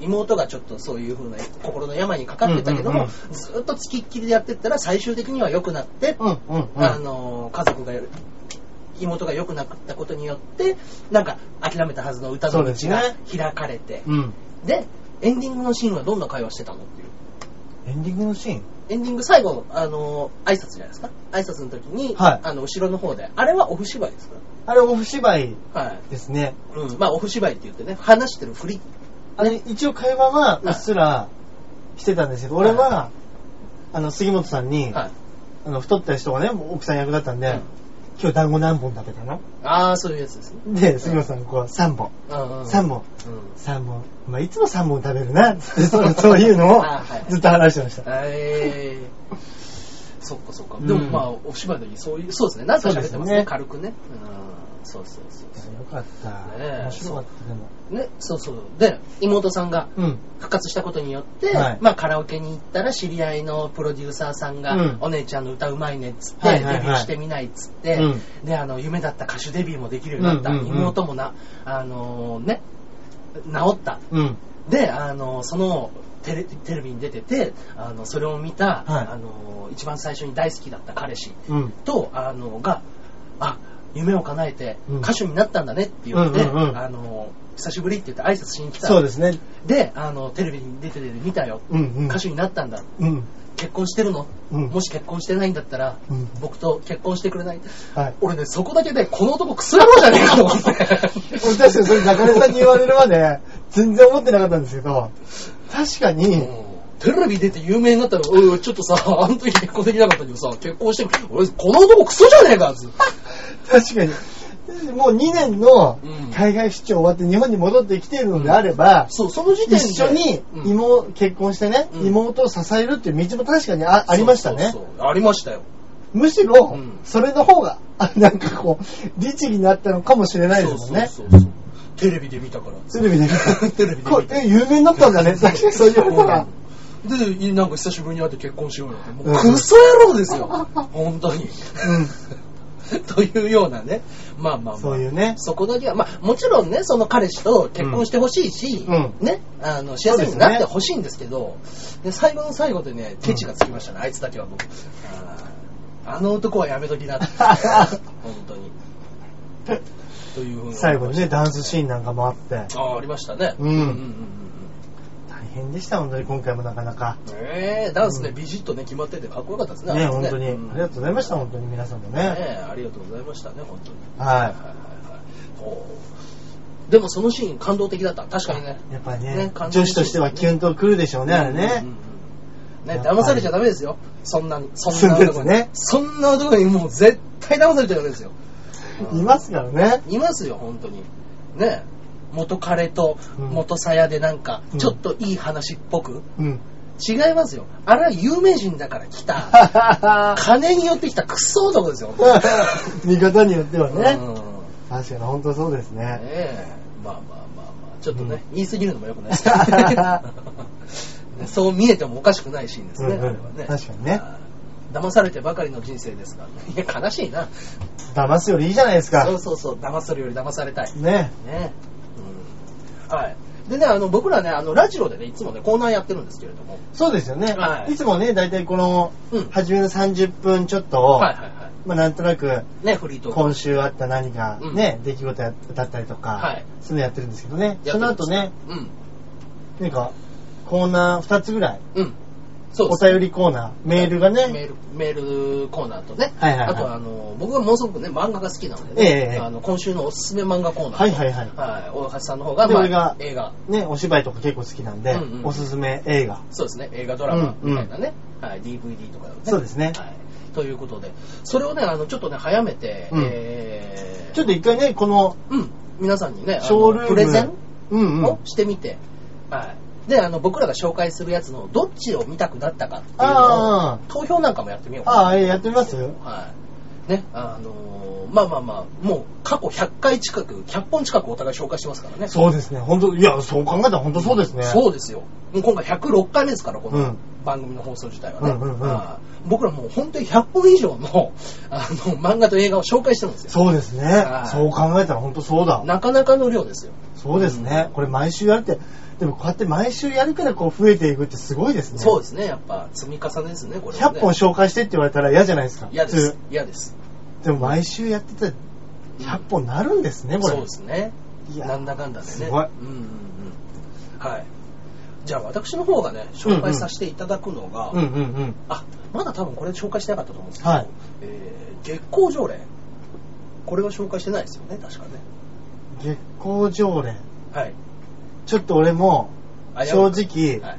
Speaker 1: 妹がちょっとそういう風な心の病にかかってたけども、
Speaker 2: うんうん
Speaker 1: ずっとつきっきりでやってったら最終的には良くなって、
Speaker 2: うんうんうん
Speaker 1: あの、家族がやる。妹が良くなったことによって、なんか諦めたはずの歌の
Speaker 2: そう
Speaker 1: 道
Speaker 2: です
Speaker 1: が
Speaker 2: ね
Speaker 1: 開かれて、
Speaker 2: うん
Speaker 1: で、エンディングのシーンはどんな会話してたのっていう。
Speaker 2: エンディングのシーン
Speaker 1: エンディング最後の、あのー挨拶じゃないですか。挨拶の時に、
Speaker 2: はい
Speaker 1: あの、後ろの方で、あれはオフ芝居ですか
Speaker 2: あれオフ芝居
Speaker 1: はい。
Speaker 2: ですね
Speaker 1: うん。まあ、オフ芝居って言ってね、話してる振り。
Speaker 2: あれ一応会話はうっすらしてたんですけど俺
Speaker 1: は
Speaker 2: はあの杉本さんに
Speaker 1: はい。
Speaker 2: あの太った人がねもう奥さん役だったん
Speaker 1: う
Speaker 2: で
Speaker 1: ん
Speaker 2: 今日団子何本食べたの
Speaker 1: ああ、そういうやつですね。
Speaker 2: で杉本さんがこう3本
Speaker 1: うんうん。
Speaker 2: 3本
Speaker 1: うん。
Speaker 2: 3本お前いつも3本食べ
Speaker 1: *laughs*
Speaker 2: るなつって *laughs* そうそういうのを
Speaker 1: あはい
Speaker 2: ずっと話してました
Speaker 1: えー。そっかそっか。
Speaker 2: うん
Speaker 1: でもまあ、オフ芝居の時そういう、そうですね。なんか喋って
Speaker 2: そう
Speaker 1: ま
Speaker 2: ですす
Speaker 1: ね。
Speaker 2: ね
Speaker 1: 軽くね。うん。そうそうそうそ
Speaker 2: よかった
Speaker 1: ねえ
Speaker 2: 面白かったでも
Speaker 1: う。ね、そうそう。で、妹さんが
Speaker 2: うん
Speaker 1: 復活したことによって、
Speaker 2: はい
Speaker 1: まあカラオケに行ったら知り合いのプロデューサーさんが、
Speaker 2: うん
Speaker 1: お姉ちゃんの歌うまいねっつって、
Speaker 2: はいはいはい
Speaker 1: デビューしてみないっつって、
Speaker 2: うん
Speaker 1: で、あの、夢だった歌手デビューもできるようになった、
Speaker 2: うんうんうん
Speaker 1: 妹もな、あのーね、治った。
Speaker 2: うん。
Speaker 1: で、あの、そのテレ、テレビに出てて、あの、それを見た、
Speaker 2: はい
Speaker 1: あの、一番最初に大好きだった彼氏
Speaker 2: うん。
Speaker 1: と、あの、が、あ、夢を叶えて
Speaker 2: うん
Speaker 1: 歌手になったんだねって言って、
Speaker 2: うんうんうん
Speaker 1: あの、久しぶりって言って挨拶しに来た。
Speaker 2: そうですね。
Speaker 1: で、あの、テレビに出てて見たよ。
Speaker 2: うんうん。
Speaker 1: 歌手になったんだ。
Speaker 2: うん。
Speaker 1: 結婚してるの、
Speaker 2: うん
Speaker 1: もし結婚してないんだったら、
Speaker 2: うん
Speaker 1: 僕と結婚してくれない
Speaker 2: はい。
Speaker 1: 俺ね、そこだけで、この男くす野郎じゃねえかと思 *laughs* って。
Speaker 2: 俺確かにそれ中根さんに言われるまで、全然思ってなかったんですけど、確かに、
Speaker 1: テレビ出て有名になったら、おいちょっとさ、あの時結婚できなかったけどさ、結婚して、俺、この男クソじゃねえかっつって
Speaker 2: 確かに、もう2年の
Speaker 1: うん
Speaker 2: 海外出張終わって日本に戻ってきているのであれば、
Speaker 1: そう、その時点で。
Speaker 2: 一緒に
Speaker 1: うん
Speaker 2: 妹、結婚してね、
Speaker 1: うん
Speaker 2: 妹を支えるっていう道も確かにあありましたね。
Speaker 1: そうそうそうありましたよ。
Speaker 2: むしろ
Speaker 1: うん、
Speaker 2: それの方が、あなんかこう、律儀になったのかもしれないですもんね。
Speaker 1: そうそうそうテレビで見たから。
Speaker 2: テレビで見た
Speaker 1: *laughs* テレビで見た
Speaker 2: これ、え有名になったんだね。
Speaker 1: *laughs*
Speaker 2: 確かにそう言われたら。
Speaker 1: うんで、なんか久しぶりに会って結婚しようよって。もう
Speaker 2: うん
Speaker 1: クソ野郎ですよ。
Speaker 2: *laughs*
Speaker 1: 本当に。というようなね。まあまあまあ。
Speaker 2: そうい
Speaker 1: *laughs*
Speaker 2: うね
Speaker 1: そこだけは、まあもちろんね、その彼氏と結婚してほしいし、
Speaker 2: うん
Speaker 1: ね、あの、幸せになってほしいんですけど、で最後の最後でね、ケチがつきましたね、あいつだけは僕。あーあの男はやめときな
Speaker 2: *laughs*
Speaker 1: って。本当に。というふうに。
Speaker 2: 最後にね、ダンスシーンなんかもあって。
Speaker 1: ああ、ありましたね。
Speaker 2: うん
Speaker 1: うんうん
Speaker 2: 大変でした、本当に今回もなかなか。
Speaker 1: ねえダンスね、ビジッとね、決まってて、かっこよかったですね。
Speaker 2: ね、
Speaker 1: あれ
Speaker 2: 本
Speaker 1: ね
Speaker 2: 当に。あり
Speaker 1: ん
Speaker 2: がとうございました、本当に皆さんもね。
Speaker 1: ねえありがとうございましたね、本当に。はい
Speaker 2: は
Speaker 1: はいはいほうでもそのシーン感動的だった。確かにね。
Speaker 2: い。やっぱ
Speaker 1: ね
Speaker 2: ね、
Speaker 1: 感動
Speaker 2: 女子としてはキュンとくるでしょうね、あれ
Speaker 1: うんうん
Speaker 2: ね。
Speaker 1: うんね、
Speaker 2: やっぱり
Speaker 1: 騙されちゃダメですよ。そんなに。そんな男
Speaker 2: そう
Speaker 1: に。
Speaker 2: ですね
Speaker 1: そんな男にもう絶対騙されちゃダメですよ。うん
Speaker 2: いますからね。
Speaker 1: いますよ、本当に。ねえ元彼と
Speaker 2: うん
Speaker 1: 元鞘でなんか
Speaker 2: う、ん
Speaker 1: ちょっといい話っぽく。 *laughs*
Speaker 2: うん。
Speaker 1: 違いますよ。あれは有名人だから来た。
Speaker 2: *laughs*
Speaker 1: 金に寄ってきたクソ男ですよ。本
Speaker 2: 見方によっては
Speaker 1: 当に
Speaker 2: ね。
Speaker 1: うん
Speaker 2: 確かに、本当そうです
Speaker 1: ね
Speaker 2: ね。
Speaker 1: えまあまあまあまあちょっとね、
Speaker 2: う
Speaker 1: 言い過ぎるのもよくないですけど
Speaker 2: *laughs*
Speaker 1: ねそう見えてもおかしくないシーンですね、
Speaker 2: うんうん
Speaker 1: あれはね
Speaker 2: 確かにね
Speaker 1: あー騙されてばかりの人生ですからいや悲しいな
Speaker 2: 騙すよりいいじゃないです
Speaker 1: そ
Speaker 2: か
Speaker 1: う。そうそう騙されるより騙されたい
Speaker 2: ね。
Speaker 1: ね、うん、はいでねあの僕らねあのラジオでねいつもねコーナーやってるんですけれども
Speaker 2: そうですよね。
Speaker 1: はい
Speaker 2: い、つもね、大体この
Speaker 1: うん、
Speaker 2: 初めの30分ちょっとを、
Speaker 1: はいはいは
Speaker 2: まあ、なんとなく、
Speaker 1: いねフリートーク
Speaker 2: 今週あった何かね、出来事やだったりとか、
Speaker 1: はい
Speaker 2: そういうのやってるんですけどね。
Speaker 1: やってる
Speaker 2: その後ね、
Speaker 1: うん
Speaker 2: なんか、コーナー2つぐらい、
Speaker 1: うんそうで
Speaker 2: お
Speaker 1: す
Speaker 2: 便りコーナー、メールが
Speaker 1: メー
Speaker 2: ね、
Speaker 1: ル、メールコーナーとね。
Speaker 2: はいはいはい
Speaker 1: あとあの、僕はものすごくね、漫画が好きなのでね、
Speaker 2: ええええ
Speaker 1: あの今週のおすすめ漫画コーナーと。
Speaker 2: はいはいはい
Speaker 1: 大橋さんの方が、
Speaker 2: で
Speaker 1: まあ、
Speaker 2: 俺が
Speaker 1: 映画。
Speaker 2: ね、お芝居とか結構好きなんで、
Speaker 1: うんうん
Speaker 2: おすすめ映画。
Speaker 1: そうですね、映画ドラマ
Speaker 2: うんうん
Speaker 1: みたいなね。はい、DVD とかね。
Speaker 2: そうですね
Speaker 1: はい。ということで、それをね、あの、ちょっとね、早めて、
Speaker 2: うん
Speaker 1: えー
Speaker 2: ちょっと一回ね、この、
Speaker 1: うん、皆さんにね、あの
Speaker 2: ショールーム。
Speaker 1: プレゼン
Speaker 2: うんうん
Speaker 1: を。してみて、はい。で、あの、僕らが紹介するやつの、どっちを見たくなったかっていうのを
Speaker 2: あ、
Speaker 1: 投票なんかもやってみようかな
Speaker 2: ああ、えーやってみます
Speaker 1: はい。ね、あのーまあまあまあ、もう過去100回近く、100本近くお互い紹介してますからね。
Speaker 2: そうですね。本当いや、そう考えたら本当そうですね。
Speaker 1: そうですよ。もう今回106回目ですから、こ
Speaker 2: う
Speaker 1: の
Speaker 2: ん
Speaker 1: 番組の放送自体はね。
Speaker 2: うんうんうん
Speaker 1: はい僕らもう本当に100本以上の *laughs* あの漫画と映画を紹介してるんですよ。
Speaker 2: そうですね
Speaker 1: はい。
Speaker 2: そう考えたら本当そうだ。
Speaker 1: なかなかの量ですよ。
Speaker 2: そうですね。これ毎週やるって、でもこうやって毎週やるからこう増えていくってすごいですね。
Speaker 1: そう
Speaker 2: す。
Speaker 1: ですね、やっぱ積み重ねですね、これはね、
Speaker 2: 100本紹介してって言われたら嫌じゃないですか。
Speaker 1: 嫌で
Speaker 2: 普
Speaker 1: す
Speaker 2: 通。
Speaker 1: 嫌です。
Speaker 2: でも毎週やってたら100本なるんですね、これ。
Speaker 1: そうですね。
Speaker 2: いや
Speaker 1: なんだかんだでね。
Speaker 2: すごい
Speaker 1: うんうんうん。はい。じゃあ私の方がね、紹介させていただくのが、
Speaker 2: うんうんうん。
Speaker 1: あ、まだ多分これ紹介してなかったと思うんですけど、
Speaker 2: はい。
Speaker 1: えー月光条例。これは紹介してないですよね、確かね。
Speaker 2: 月光常連。
Speaker 1: はい。
Speaker 2: ちょっと俺も、
Speaker 1: あ
Speaker 2: 正直
Speaker 1: はい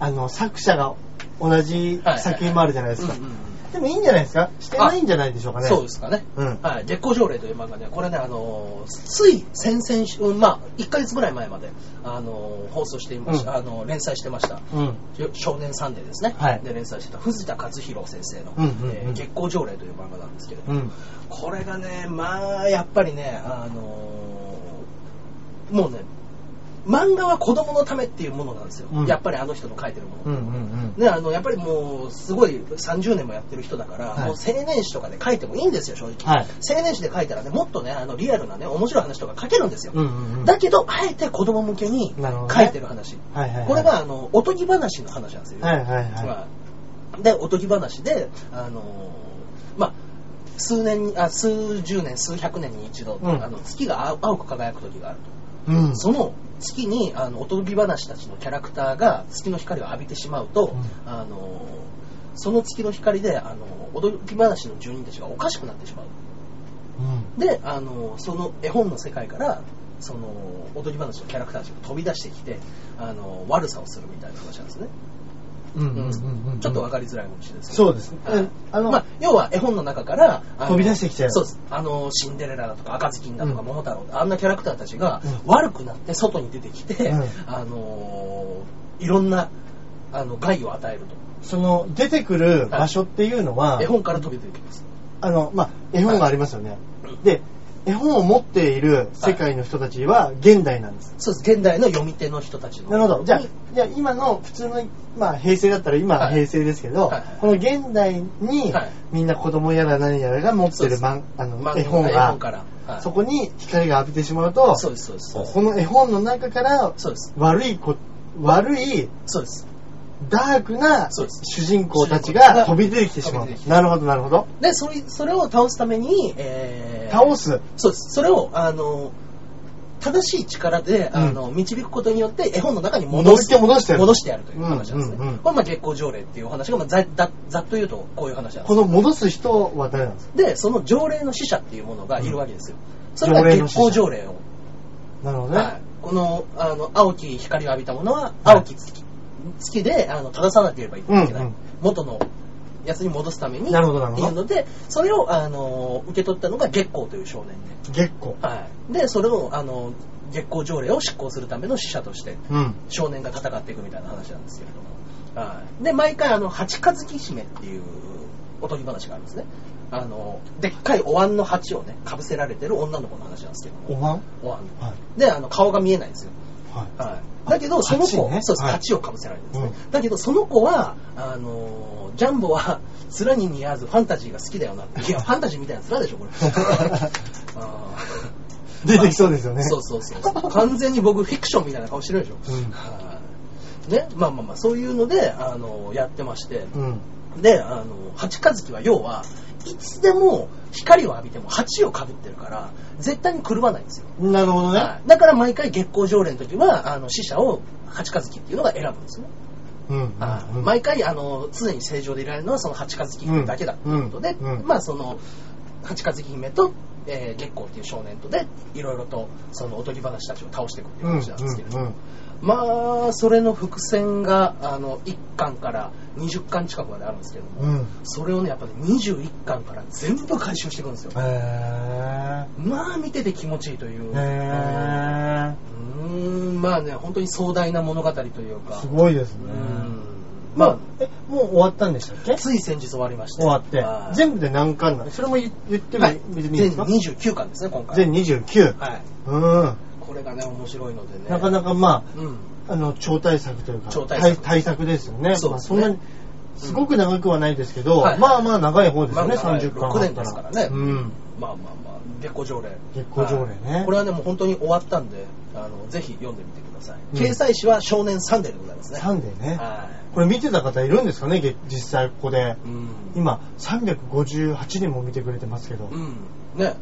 Speaker 2: あの、作者が同じ作品もあるじゃないですか
Speaker 1: うん。うんうん
Speaker 2: でもいいんじゃないですかしてないんじゃないでしょうかね。
Speaker 1: そうですかね。
Speaker 2: うん
Speaker 1: はい。月光条例という漫画ね、これね、あのーつい先々週、うんまあ、1ヶ月ぐらい前まで、あのー放送していました、
Speaker 2: うん
Speaker 1: あのー連載してました。
Speaker 2: うん。
Speaker 1: 少年サンデーですね、
Speaker 2: はい
Speaker 1: で連載してた藤田和弘先生の、
Speaker 2: うんうんうん
Speaker 1: えー月光条例という漫画なんですけれども、
Speaker 2: うん。
Speaker 1: これがね、まあ、やっぱりね、あのーもうね、漫画は子供のためっていうものなんですよ。
Speaker 2: うん
Speaker 1: やっぱりあの人の書いてるもの。
Speaker 2: うんうん
Speaker 1: ね、あのやっぱりもうすごい30年もやってる人だから、
Speaker 2: はい
Speaker 1: もう青年誌とかで書いてもいいんですよ正直、
Speaker 2: はい
Speaker 1: 青年誌で書いたらねもっとねあのリアルなね面白い話とか書けるんですよ、
Speaker 2: うんうんうん
Speaker 1: だけどあえて子供向けに
Speaker 2: なるほどね
Speaker 1: 書いてる話
Speaker 2: はいはいはい
Speaker 1: これがあのおとぎ話の話なんですよ、
Speaker 2: はいはいはい
Speaker 1: まあでおとぎ話であのーまあ数年にあ数十年数百年に一度、
Speaker 2: うん
Speaker 1: あの月が青青く輝く時があると
Speaker 2: うん。うん。
Speaker 1: その月にあのおとぎ話たちのキャラクターが月の光を浴びてしまうと、
Speaker 2: うん
Speaker 1: あのその月の光であのおとぎ話の住人たちがおかしくなってしまう
Speaker 2: うん。
Speaker 1: であのその絵本の世界からそのおとぎ話のキャラクターたちが飛び出してきてあの悪さをするみたいな話なんですね、
Speaker 2: うんうんうんうん。
Speaker 1: ちょっとわかりづらいかもしれないですけど
Speaker 2: そうですね。
Speaker 1: は
Speaker 2: え
Speaker 1: い
Speaker 2: あの、
Speaker 1: まあ、要は絵本の中からあの
Speaker 2: 飛び出してきちゃう
Speaker 1: そうですあのシンデレラだとか赤ずきんだとか
Speaker 2: うん
Speaker 1: 桃太郎、あんなキャラクターたちが
Speaker 2: うん
Speaker 1: 悪くなって外に出てきて、
Speaker 2: うん
Speaker 1: あのーいろんなあの害を与える
Speaker 2: その、出てくる場所っていうのは、
Speaker 1: と絵本から飛び出てきます
Speaker 2: あの、まあ、絵本がありますよね。
Speaker 1: うん
Speaker 2: で、絵本を持っている世界の人たちは現代なんです。
Speaker 1: そうです現代の読み手の人たちの
Speaker 2: なるほど。じゃあ
Speaker 1: に、
Speaker 2: じゃあ今の普通の、まあ、平成だったら今は
Speaker 1: はい
Speaker 2: 平成ですけど、
Speaker 1: はいはい
Speaker 2: この現代に、
Speaker 1: はい
Speaker 2: みんな子供やら何やらが持ってる
Speaker 1: そう
Speaker 2: 漫あ
Speaker 1: 漫
Speaker 2: の
Speaker 1: 画
Speaker 2: 絵本
Speaker 1: 絵
Speaker 2: が
Speaker 1: 本から、はい
Speaker 2: そこに光が浴びてしまうと、
Speaker 1: そうですそうですそうです
Speaker 2: この絵本の中から
Speaker 1: そうです
Speaker 2: 悪いこ、悪い
Speaker 1: そうです
Speaker 2: ダークな
Speaker 1: そうです
Speaker 2: 主人公た
Speaker 1: 主
Speaker 2: ち
Speaker 1: 人公
Speaker 2: が
Speaker 1: が
Speaker 2: 飛び出てきてしまう
Speaker 1: 飛び出てき。て
Speaker 2: なるほど、なるほど。
Speaker 1: でそれそれを倒すために、えー
Speaker 2: 倒す。
Speaker 1: そうです。それを、あの、正しい力で、あの、導くことによって、絵本の中に戻す。
Speaker 2: 戻して戻してやる
Speaker 1: 戻してやるという話なんですね。
Speaker 2: うんうんうん
Speaker 1: これ、まあ、月光条例っていうお話が、まあ、ざざざっと言うと、こういう話なんで
Speaker 2: こ
Speaker 1: す。
Speaker 2: の戻す人は誰なんですか
Speaker 1: で、その条例の使者っていうものがいるわけですよ。それ
Speaker 2: 条
Speaker 1: が
Speaker 2: 例の
Speaker 1: 月
Speaker 2: 使者
Speaker 1: 光条例を。
Speaker 2: なるほどね。
Speaker 1: はい。この、あの、青き光を浴びたものは、青き月、月で、あの、正さなければいけない。
Speaker 2: うんうん
Speaker 1: 元の、やつに戻すために、
Speaker 2: なるほどなるほど
Speaker 1: っていうので、それを、あの、受け取ったのが月光という少年で。
Speaker 2: 月光。
Speaker 1: はい、でそれをあの月光条例を執行するための使者として
Speaker 2: うん。
Speaker 1: 少年が戦っていくみたいな話なんですけれども、はい、で毎回あの八和月姫っていうおとぎ話があるんですねあのでっかいお椀の鉢をねかぶせられてる女の子の話なんですけど
Speaker 2: お
Speaker 1: も
Speaker 2: 椀
Speaker 1: お椀
Speaker 2: は
Speaker 1: であの顔が見えないんですよ
Speaker 2: い。はい。
Speaker 1: はい、だけど、その子、
Speaker 2: 鉢ね
Speaker 1: そうです、
Speaker 2: はい
Speaker 1: 鉢をかぶせられるんですね。
Speaker 2: う
Speaker 1: だけど、その子は、あのージャンボは、面に似合わず、ファンタジーが好きだよな
Speaker 2: *laughs*
Speaker 1: って。いや、ファンタジーみたいな面でしょ、これ。あー
Speaker 2: 出てきそうですよね
Speaker 1: そうそうそう。完全に僕、フィクションみたいな顔してるでしょ。
Speaker 2: うん
Speaker 1: はいね、まあまあまあ、そういうので、あのーやってまして。
Speaker 2: うん。
Speaker 1: で、あの、蜂かずきは要は、いつでも光を浴びても鉢をかぶってるから、絶対に狂わないんですよ。
Speaker 2: なるほどね。
Speaker 1: はいだから毎回月光条例の時は、あの、死者を八日月っていうのが選ぶんですね。
Speaker 2: うんうん
Speaker 1: はい
Speaker 2: うん。
Speaker 1: 毎回、あの、常に正常でいられるのはその八日月だけだっていうことで、
Speaker 2: うんうんうん
Speaker 1: まあその、八日月姫と、えー月光っていう少年とで、いろいろと、そのおとぎ話たちを倒していくっていう
Speaker 2: うんうん
Speaker 1: 話なんですけれども、
Speaker 2: うん
Speaker 1: まあ、それの伏線が、あの、1巻から20巻近くまであるんですけれども、
Speaker 2: うん。
Speaker 1: それをね、やっぱね、21巻から全部回収していくんですよ。
Speaker 2: へぇ
Speaker 1: まあ、見てて気持ちいいという。
Speaker 2: ー。へ
Speaker 1: うーんまあね、本当に壮大な物語という
Speaker 2: ー。
Speaker 1: か
Speaker 2: す、ごいです
Speaker 1: う
Speaker 2: ね。
Speaker 1: んま
Speaker 2: まあ、え、もう終わったんでしたっけ
Speaker 1: あ、つい先日終わりまして、
Speaker 2: 終わって
Speaker 1: は。い
Speaker 2: 全部で何巻なのそれも言言っても
Speaker 1: はい
Speaker 2: 別にいいで
Speaker 1: 全
Speaker 2: すか
Speaker 1: 29巻ですね、今回。
Speaker 2: 全29。
Speaker 1: はい。
Speaker 2: うん。
Speaker 1: これがね、面白いのでね。
Speaker 2: なかなかま
Speaker 1: うん。
Speaker 2: あ、あの、超大作というか、
Speaker 1: 超大作
Speaker 2: 対対策ですよね。
Speaker 1: そう
Speaker 2: まあ
Speaker 1: です
Speaker 2: そ
Speaker 1: ね
Speaker 2: んなに、すごく長くはないですけど、
Speaker 1: はい
Speaker 2: まあまあ長い方ですよ
Speaker 1: ま
Speaker 2: ね、
Speaker 1: あ長い
Speaker 2: 30巻あったら。
Speaker 1: 六年ですからね
Speaker 2: うん。
Speaker 1: まあまあまあ、月光条例。
Speaker 2: 月光条例ね
Speaker 1: はいこれはね、もう本当に終わったんで、あの、ぜひ読んでみてください。
Speaker 2: うん
Speaker 1: 掲載誌は少年サンデーでございますね。
Speaker 2: サンデーね。
Speaker 1: は
Speaker 2: これ見てた方いるんですかね、げ実際ここで。
Speaker 1: い。うん。
Speaker 2: 今、358人も見てくれてますけど。
Speaker 1: うん。ね、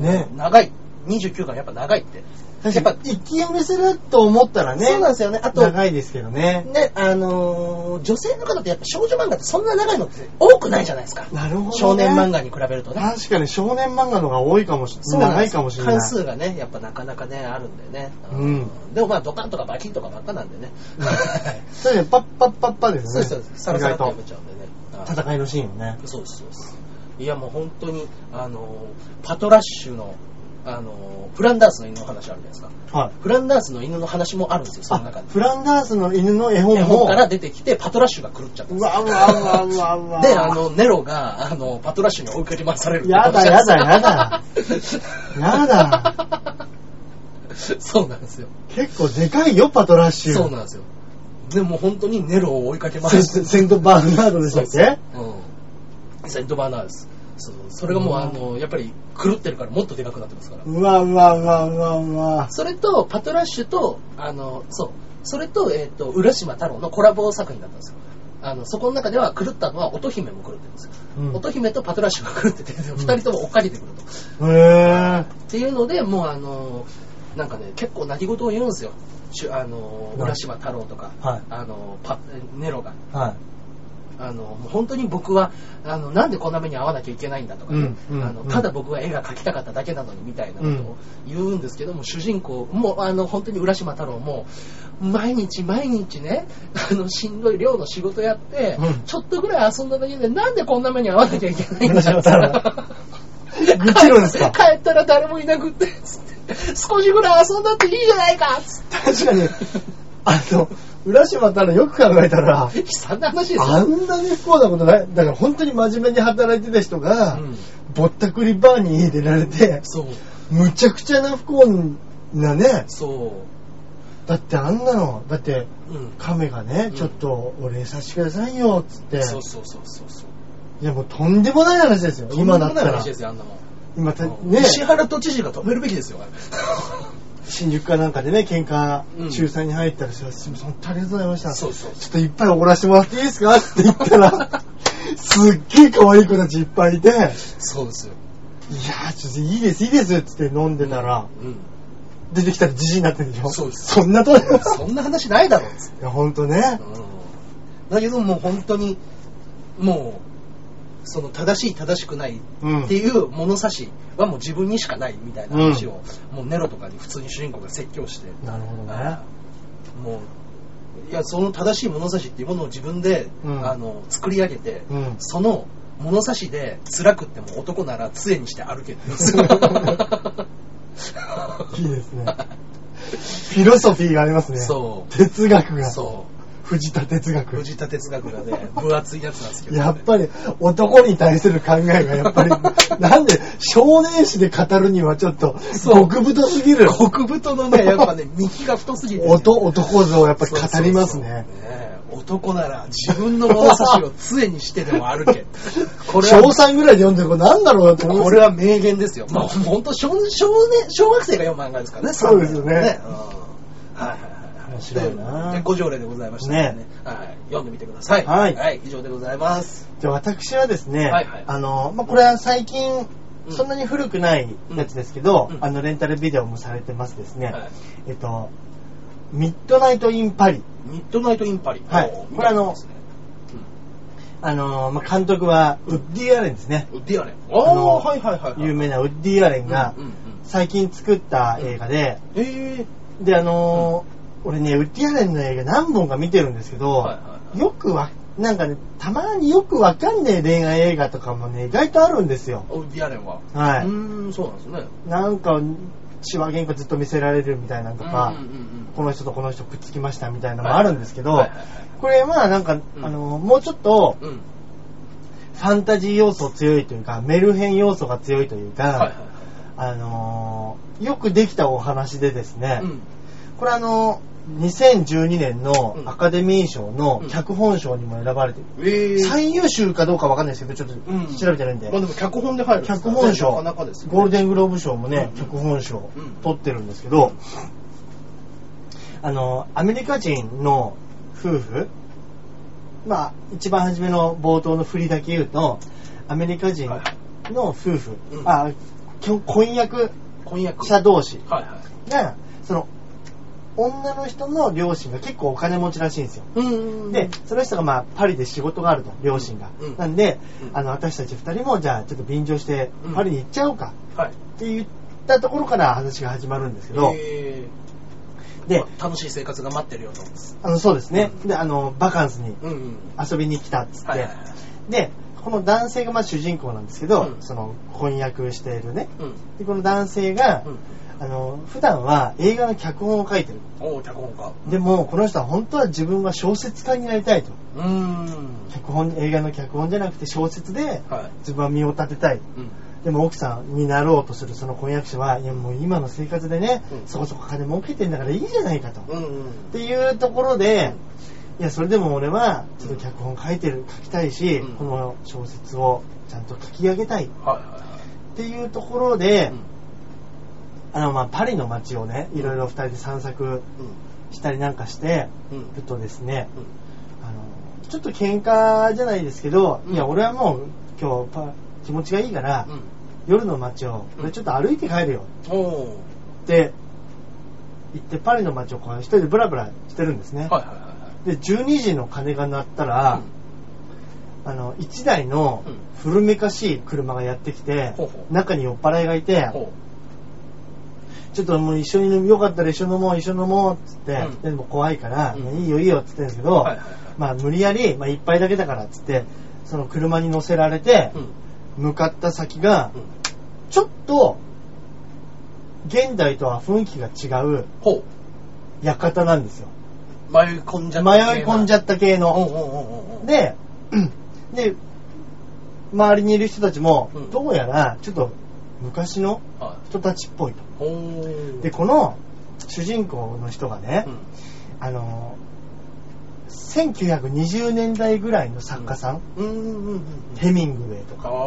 Speaker 2: ね。
Speaker 1: 長い。29巻やっぱ長いって。
Speaker 2: 確か
Speaker 1: やっぱ
Speaker 2: に、一気読みすると思ったらね。
Speaker 1: そうなんですよねあと
Speaker 2: 長いですけどね。
Speaker 1: ね、あのー女性の方ってやっぱ少女漫画ってそんな長いのって多くないじゃないですか。
Speaker 2: なるほどね
Speaker 1: 少年漫画に比べるとね。
Speaker 2: 確かに少年漫画の方が多いかもしれ
Speaker 1: そう
Speaker 2: ない。
Speaker 1: なん
Speaker 2: 長
Speaker 1: で
Speaker 2: い
Speaker 1: す
Speaker 2: かもしれない。
Speaker 1: 関数がね、やっぱなかなかね、あるんでね。
Speaker 2: うん
Speaker 1: でもまあ、ドカンとかバキンとかばっかなん
Speaker 2: *laughs*
Speaker 1: でね。
Speaker 2: そうですね、パッパッパッパですね。
Speaker 1: そうです、さら
Speaker 2: 意
Speaker 1: さら
Speaker 2: 外
Speaker 1: っとやめ。
Speaker 2: と
Speaker 1: ちゃうんでね。はい
Speaker 2: 戦いのシーンをね。
Speaker 1: そうです、そうです。いや、もう本当に、あのーパトラッシュの、あのーフランダースの犬の話あるじゃないですか。
Speaker 2: はい。
Speaker 1: フランダースの犬の話もあるんですよ、その中
Speaker 2: あ
Speaker 1: に、。
Speaker 2: フランダースの犬の絵本
Speaker 1: 絵本
Speaker 2: も。
Speaker 1: から出てきて、パトラッシュが狂っちゃったん
Speaker 2: う
Speaker 1: ですよ
Speaker 2: わうわうわうわうわ。
Speaker 1: で、あ、の、ネロが、あの、パトラッシュに追いかけ回されるっていう
Speaker 2: やだやだやだ。やだ。
Speaker 1: そうなんですよ。
Speaker 2: 結構でかいよ、パトラッシュ。
Speaker 1: そうなんですよ。でも本当にネロを追いかけ回
Speaker 2: セ
Speaker 1: して
Speaker 2: ンセントバーナードでしたっけ
Speaker 1: うん。セントバーナーです。そうそれがもう、
Speaker 2: うん
Speaker 1: あの、やっぱり狂ってるからもっとでかくなってますから。
Speaker 2: うわうわうわうわうわ。
Speaker 1: それと、パトラッシュと、あの、そう、それと、えっ、と、浦島太郎のコラボ作品だったんですよ。あの、そこの中では狂ったのは乙姫も狂ってるんですよ。
Speaker 2: うん
Speaker 1: 乙姫とパトラッシュが狂ってて、
Speaker 2: ん
Speaker 1: 二人とも追っかけてくると。
Speaker 2: へぇ
Speaker 1: っていうので、もうあの、なんかね、結構何事を言うんですよ。しゅあの、浦島太郎とか、
Speaker 2: はい
Speaker 1: あの、パネロが。
Speaker 2: ー。はい。
Speaker 1: あの、もう本当に僕は、あの、なんでこんな目に遭わなきゃいけないんだとかね、
Speaker 2: うんうん
Speaker 1: あの
Speaker 2: うん
Speaker 1: ただ僕は絵が描きたかっただけなのにみたいなことを言うんですけども、主人公、もうあの、本当に浦島太郎も、毎日毎日ね、あの、しんどい量の仕事やって、
Speaker 2: うん
Speaker 1: ちょっとぐらい遊んだだけで、なんでこんな目に遭わなきゃいけないんだ
Speaker 2: 浦島太郎 *laughs* 愚痴るんです
Speaker 1: *laughs*
Speaker 2: か
Speaker 1: 帰ったら誰もいなくって、つって少しぐらい遊んだっていいじゃないかつって
Speaker 2: 確かに、あの、浦島太郎よく考えたら、
Speaker 1: 悲惨な話ですよ。
Speaker 2: あんなに不幸なことない。だから本当に真面目に働いてた人が、
Speaker 1: うん
Speaker 2: ぼったくりバーに入れられて、
Speaker 1: そう、
Speaker 2: むちゃくちゃな不幸なね。
Speaker 1: そ
Speaker 2: だってあんなの、だって
Speaker 1: う。うん。
Speaker 2: 亀がね、
Speaker 1: うん
Speaker 2: ちょっとお礼させてくださいよ、つって。
Speaker 1: そうそうそうそうそう。
Speaker 2: いやもうとんでもない話ですよ。今だ
Speaker 1: とん
Speaker 2: った
Speaker 1: でもない
Speaker 2: ら
Speaker 1: 話。ですよ、あんなもん。
Speaker 2: 今た、
Speaker 1: ね、
Speaker 2: ね、
Speaker 1: 石原都知事が止めるべきですよ、あれ
Speaker 2: 新宿かなんかでね、喧嘩
Speaker 1: うん、
Speaker 2: 仲裁に入ったら、すいません、本当 *laughs* ありがとうございました。
Speaker 1: そうそう
Speaker 2: ちょっといっぱいおごらせてもらっていいですかって言ったら、すっげえ可愛い子たちいっぱいいて、いや
Speaker 1: そうですよ。
Speaker 2: ー、ちょっといいです、いいですってって飲んでたら、
Speaker 1: うん。
Speaker 2: 出てきたらじじいになってるでしょ
Speaker 1: そうです
Speaker 2: そんなとこだよ。
Speaker 1: そんな話ないだろ、つって。
Speaker 2: いや、ほんとね。
Speaker 1: うん。だけどもう本当に、もう、その正しい正しくないっ
Speaker 2: うん
Speaker 1: て。いう物差しはもう自分にしかないみたいな話を、もうネロとかに普通に主人公が説教して、
Speaker 2: なるほどね
Speaker 1: あ。ーもう、いや、その正しい物差しっていうものを自分で、
Speaker 2: うん
Speaker 1: あの、作り上げて、
Speaker 2: うん。
Speaker 1: その物差しで辛くっても男なら杖にして歩けって言うんですよ
Speaker 2: いいですね。フィロソフィーがありますね。
Speaker 1: そう
Speaker 2: 哲学が。
Speaker 1: そ
Speaker 2: 藤田哲
Speaker 1: う。
Speaker 2: 学。
Speaker 1: 藤田哲学がね、分厚いやつなんですけど、ね。
Speaker 2: やっぱり男に対する考えがやっ *laughs* ぱりなんで少年誌で語るにはちょっと
Speaker 1: そう
Speaker 2: 極太す *laughs* ぎる
Speaker 1: 極太のね、やっぱね、幹が太すぎて、
Speaker 2: 男男像をやっぱり語ります
Speaker 1: そうそうそう
Speaker 2: ね
Speaker 1: ね男なら自分の物差しを杖にしてでも歩け。これ
Speaker 2: 小
Speaker 1: は、
Speaker 2: 3ぐらいで読んでる子なんだろうなと思
Speaker 1: こ
Speaker 2: う
Speaker 1: れは名言ですよ。まあ、本当少年、少年、小学生が読む漫画ですからね、
Speaker 2: そうですよね
Speaker 1: うんはいはいはいはい。
Speaker 2: 面白いな
Speaker 1: でご条例でございましたのでね
Speaker 2: ね
Speaker 1: はい。読んでみてください。
Speaker 2: はい
Speaker 1: 以上でございます。
Speaker 2: じゃあ私はです
Speaker 1: は
Speaker 2: ね、
Speaker 1: いはい
Speaker 2: あの、まあ、これは最近
Speaker 1: うん
Speaker 2: そんなに古くないやつですけど、
Speaker 1: うんうん
Speaker 2: あのレンタルビデオもされてますですね、
Speaker 1: はい
Speaker 2: えっとミッドナイト・イン・パリ
Speaker 1: ミッドナイト・イン・パリ。
Speaker 2: はい
Speaker 1: おー
Speaker 2: これあ
Speaker 1: 見たこ
Speaker 2: の
Speaker 1: とですね
Speaker 2: あの、まあ、監督はウッディ・アレンですね
Speaker 1: うんウッディアレン。あ
Speaker 2: あの
Speaker 1: あ、はいはいはいはい。
Speaker 2: 有名なウッディ・アレンが
Speaker 1: うんうんうん
Speaker 2: 最近作った映画で、
Speaker 1: ええ。
Speaker 2: で、あのー俺ね、ウッディアレンの映画何本か見てるんですけど、
Speaker 1: はいはいはい
Speaker 2: よくわ、なんかね、たまによくわかんねえ恋愛映画とかもね、意外とあるんですよ。
Speaker 1: ウッディアレンは。
Speaker 2: はいう
Speaker 1: ーん、そうなんですね。
Speaker 2: なんか、血は喧嘩ずっと見せられるみたいなのとか、
Speaker 1: うんうんうんうん
Speaker 2: この人とこの人くっつきましたみたいなのもあるんですけど、
Speaker 1: はいはいはいはい
Speaker 2: これはなんか、
Speaker 1: うん
Speaker 2: あのーもうちょっと
Speaker 1: うん。
Speaker 2: ファンタジー要素強いというか、メルヘン要素が強いというか、
Speaker 1: はいはい
Speaker 2: あのーよくできたお話でですね、
Speaker 1: はい。うん。
Speaker 2: これあの、2012年の
Speaker 1: うん
Speaker 2: アカデミー賞の
Speaker 1: うん
Speaker 2: 脚本賞にも選ばれてる。
Speaker 1: ええ。
Speaker 2: 最優秀かどうかわかんないですけど、ちょっと
Speaker 1: うん
Speaker 2: 調べてないんで
Speaker 1: まあ。でも脚本で入るんですか
Speaker 2: 脚
Speaker 1: らね。
Speaker 2: 本賞、
Speaker 1: なかなかですよね
Speaker 2: ゴールデングローブ賞もね
Speaker 1: う、ん
Speaker 2: 脚本賞
Speaker 1: うん
Speaker 2: 取ってるんですけど、あの、アメリカ人の夫婦、まあ、一番初めの冒頭の振りだけ言うと、アメリカ人の夫婦、
Speaker 1: うん
Speaker 2: あ、きょ婚約
Speaker 1: 婚約
Speaker 2: 者同士
Speaker 1: はいはい。
Speaker 2: が、その、女の人の両親が結構お金持ちらしいんですよ。
Speaker 1: うん
Speaker 2: で、その人がまあ、パリで仕事があると、両親が。
Speaker 1: うん
Speaker 2: なんで、
Speaker 1: うん
Speaker 2: あの、私たち二人も、じゃあ、ちょっと便乗して
Speaker 1: うん、
Speaker 2: パリに行っちゃおうか、
Speaker 1: はい。
Speaker 2: って言ったところから話が始まるんですけど、
Speaker 1: ええ。
Speaker 2: で、
Speaker 1: 楽しい生活が待ってるよと。
Speaker 2: あの、そうですね
Speaker 1: う。ん
Speaker 2: で、あの、バカンスに
Speaker 1: うんうん。
Speaker 2: 遊びに来たっつっ
Speaker 1: はい
Speaker 2: て
Speaker 1: はい。はい。
Speaker 2: で、この男性がまあ主人公なんですけど
Speaker 1: う、ん
Speaker 2: その、婚約しているね。
Speaker 1: うん。
Speaker 2: で、この男性が
Speaker 1: う、ん。
Speaker 2: あの、普段は映画の脚本を書いてる。
Speaker 1: おお、脚本家。
Speaker 2: でも、この人は本当は自分は小説家になりたいと。
Speaker 1: うーん。
Speaker 2: 脚本、映画の脚本じゃなくて小説で
Speaker 1: はい。
Speaker 2: 自分は身を立てたい。
Speaker 1: うん。
Speaker 2: でも奥さんになろうとするその婚約者はいやもう今の生活でね、
Speaker 1: うん
Speaker 2: そこそこ金儲けてんだからいいじゃないかと、
Speaker 1: うんうん
Speaker 2: っていうところで、いや、それでも俺は、ちょっと脚本書いてる、書きたいし、
Speaker 1: うん
Speaker 2: この小説をちゃんと書き上げたいっ
Speaker 1: はいは
Speaker 2: ていうところ
Speaker 1: いは
Speaker 2: で、
Speaker 1: いうん
Speaker 2: あの、まあ、パリの街をね、いろいろ二人で散策したりなんかして
Speaker 1: うんうん
Speaker 2: るとですね、あの、ちょっと喧嘩じゃないですけど、
Speaker 1: うん
Speaker 2: いや、俺はもう今日パ、気持ちがいいから、
Speaker 1: うん
Speaker 2: 夜の街を、俺ちょっと歩いて帰るよ
Speaker 1: おー
Speaker 2: って言って、パリの街をこう一人でブラブラしてるんですね。
Speaker 1: はいはいは
Speaker 2: で、12時の鐘が鳴ったら、あの、1台の
Speaker 1: うん
Speaker 2: 古めかしい車がやってきて、
Speaker 1: ほうほう
Speaker 2: 中に酔っ払いがい
Speaker 1: い
Speaker 2: て
Speaker 1: はい、ほ
Speaker 2: ちょっともう一緒に飲みよかったら一緒に飲もう、一緒に飲もうっつって、
Speaker 1: うん
Speaker 2: でも怖いから、
Speaker 1: うん
Speaker 2: いやいいよいいよっつってんですけど、
Speaker 1: はいはいはい
Speaker 2: まあ無理やり、まあ一杯だけだからっつって、その車に乗せられて
Speaker 1: う、うん
Speaker 2: 向かった先が、
Speaker 1: うん
Speaker 2: ちょっと、現代とは雰囲気が違う
Speaker 1: ほ
Speaker 2: 館なんですよ。
Speaker 1: う迷い込んじゃ
Speaker 2: 迷
Speaker 1: っ
Speaker 2: い
Speaker 1: た
Speaker 2: 込んじゃった系の。
Speaker 1: おうおうおうおう
Speaker 2: で、で、周りにいる人たちも
Speaker 1: う、ん
Speaker 2: どうやら、ちょっと昔の
Speaker 1: は
Speaker 2: 人たちっぽいと。
Speaker 1: いおー
Speaker 2: で、この主人公の人がね
Speaker 1: う、ん
Speaker 2: あの、1920年代ぐらいの作家さん、
Speaker 1: うんうんうんうん
Speaker 2: ヘミングウェイと
Speaker 1: あ
Speaker 2: か、
Speaker 1: あ
Speaker 2: フ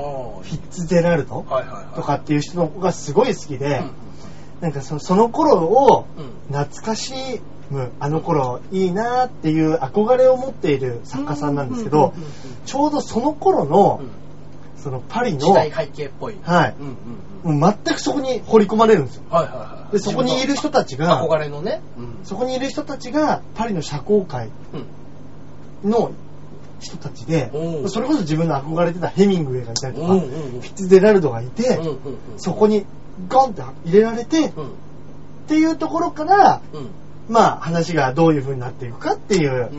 Speaker 2: ィッツジェラルド
Speaker 1: はいはいはい
Speaker 2: とかっていう人のがすごい好き
Speaker 1: うん
Speaker 2: で、なんかそその頃を
Speaker 1: うんうん
Speaker 2: 懐かしむ、あの頃いいなっていう憧れを持っている作家さんなんですけど
Speaker 1: うんうんうんうん、
Speaker 2: ちょうどその頃の、
Speaker 1: うん
Speaker 2: そのパリの、
Speaker 1: 時代背景っぽい
Speaker 2: はい
Speaker 1: うんうんうん
Speaker 2: もう全くそこに掘り込まれるんですよ。
Speaker 1: はいはいはい
Speaker 2: で、そこにいる人たちが、
Speaker 1: 憧れのねうん
Speaker 2: そこにいる人たちが、パリの社交界
Speaker 1: うん
Speaker 2: の人たちで
Speaker 1: お、う
Speaker 2: それこそ自分の憧れてたヘミングウェイがいたりとか、
Speaker 1: うん
Speaker 2: フ
Speaker 1: うんうん
Speaker 2: ィッツ・デラルドがいて、
Speaker 1: うんうんうん
Speaker 2: そこにゴンって入れられて、っ
Speaker 1: うん
Speaker 2: ていうところから、
Speaker 1: うん
Speaker 2: まあ話がどういう風になっていくかっていうう、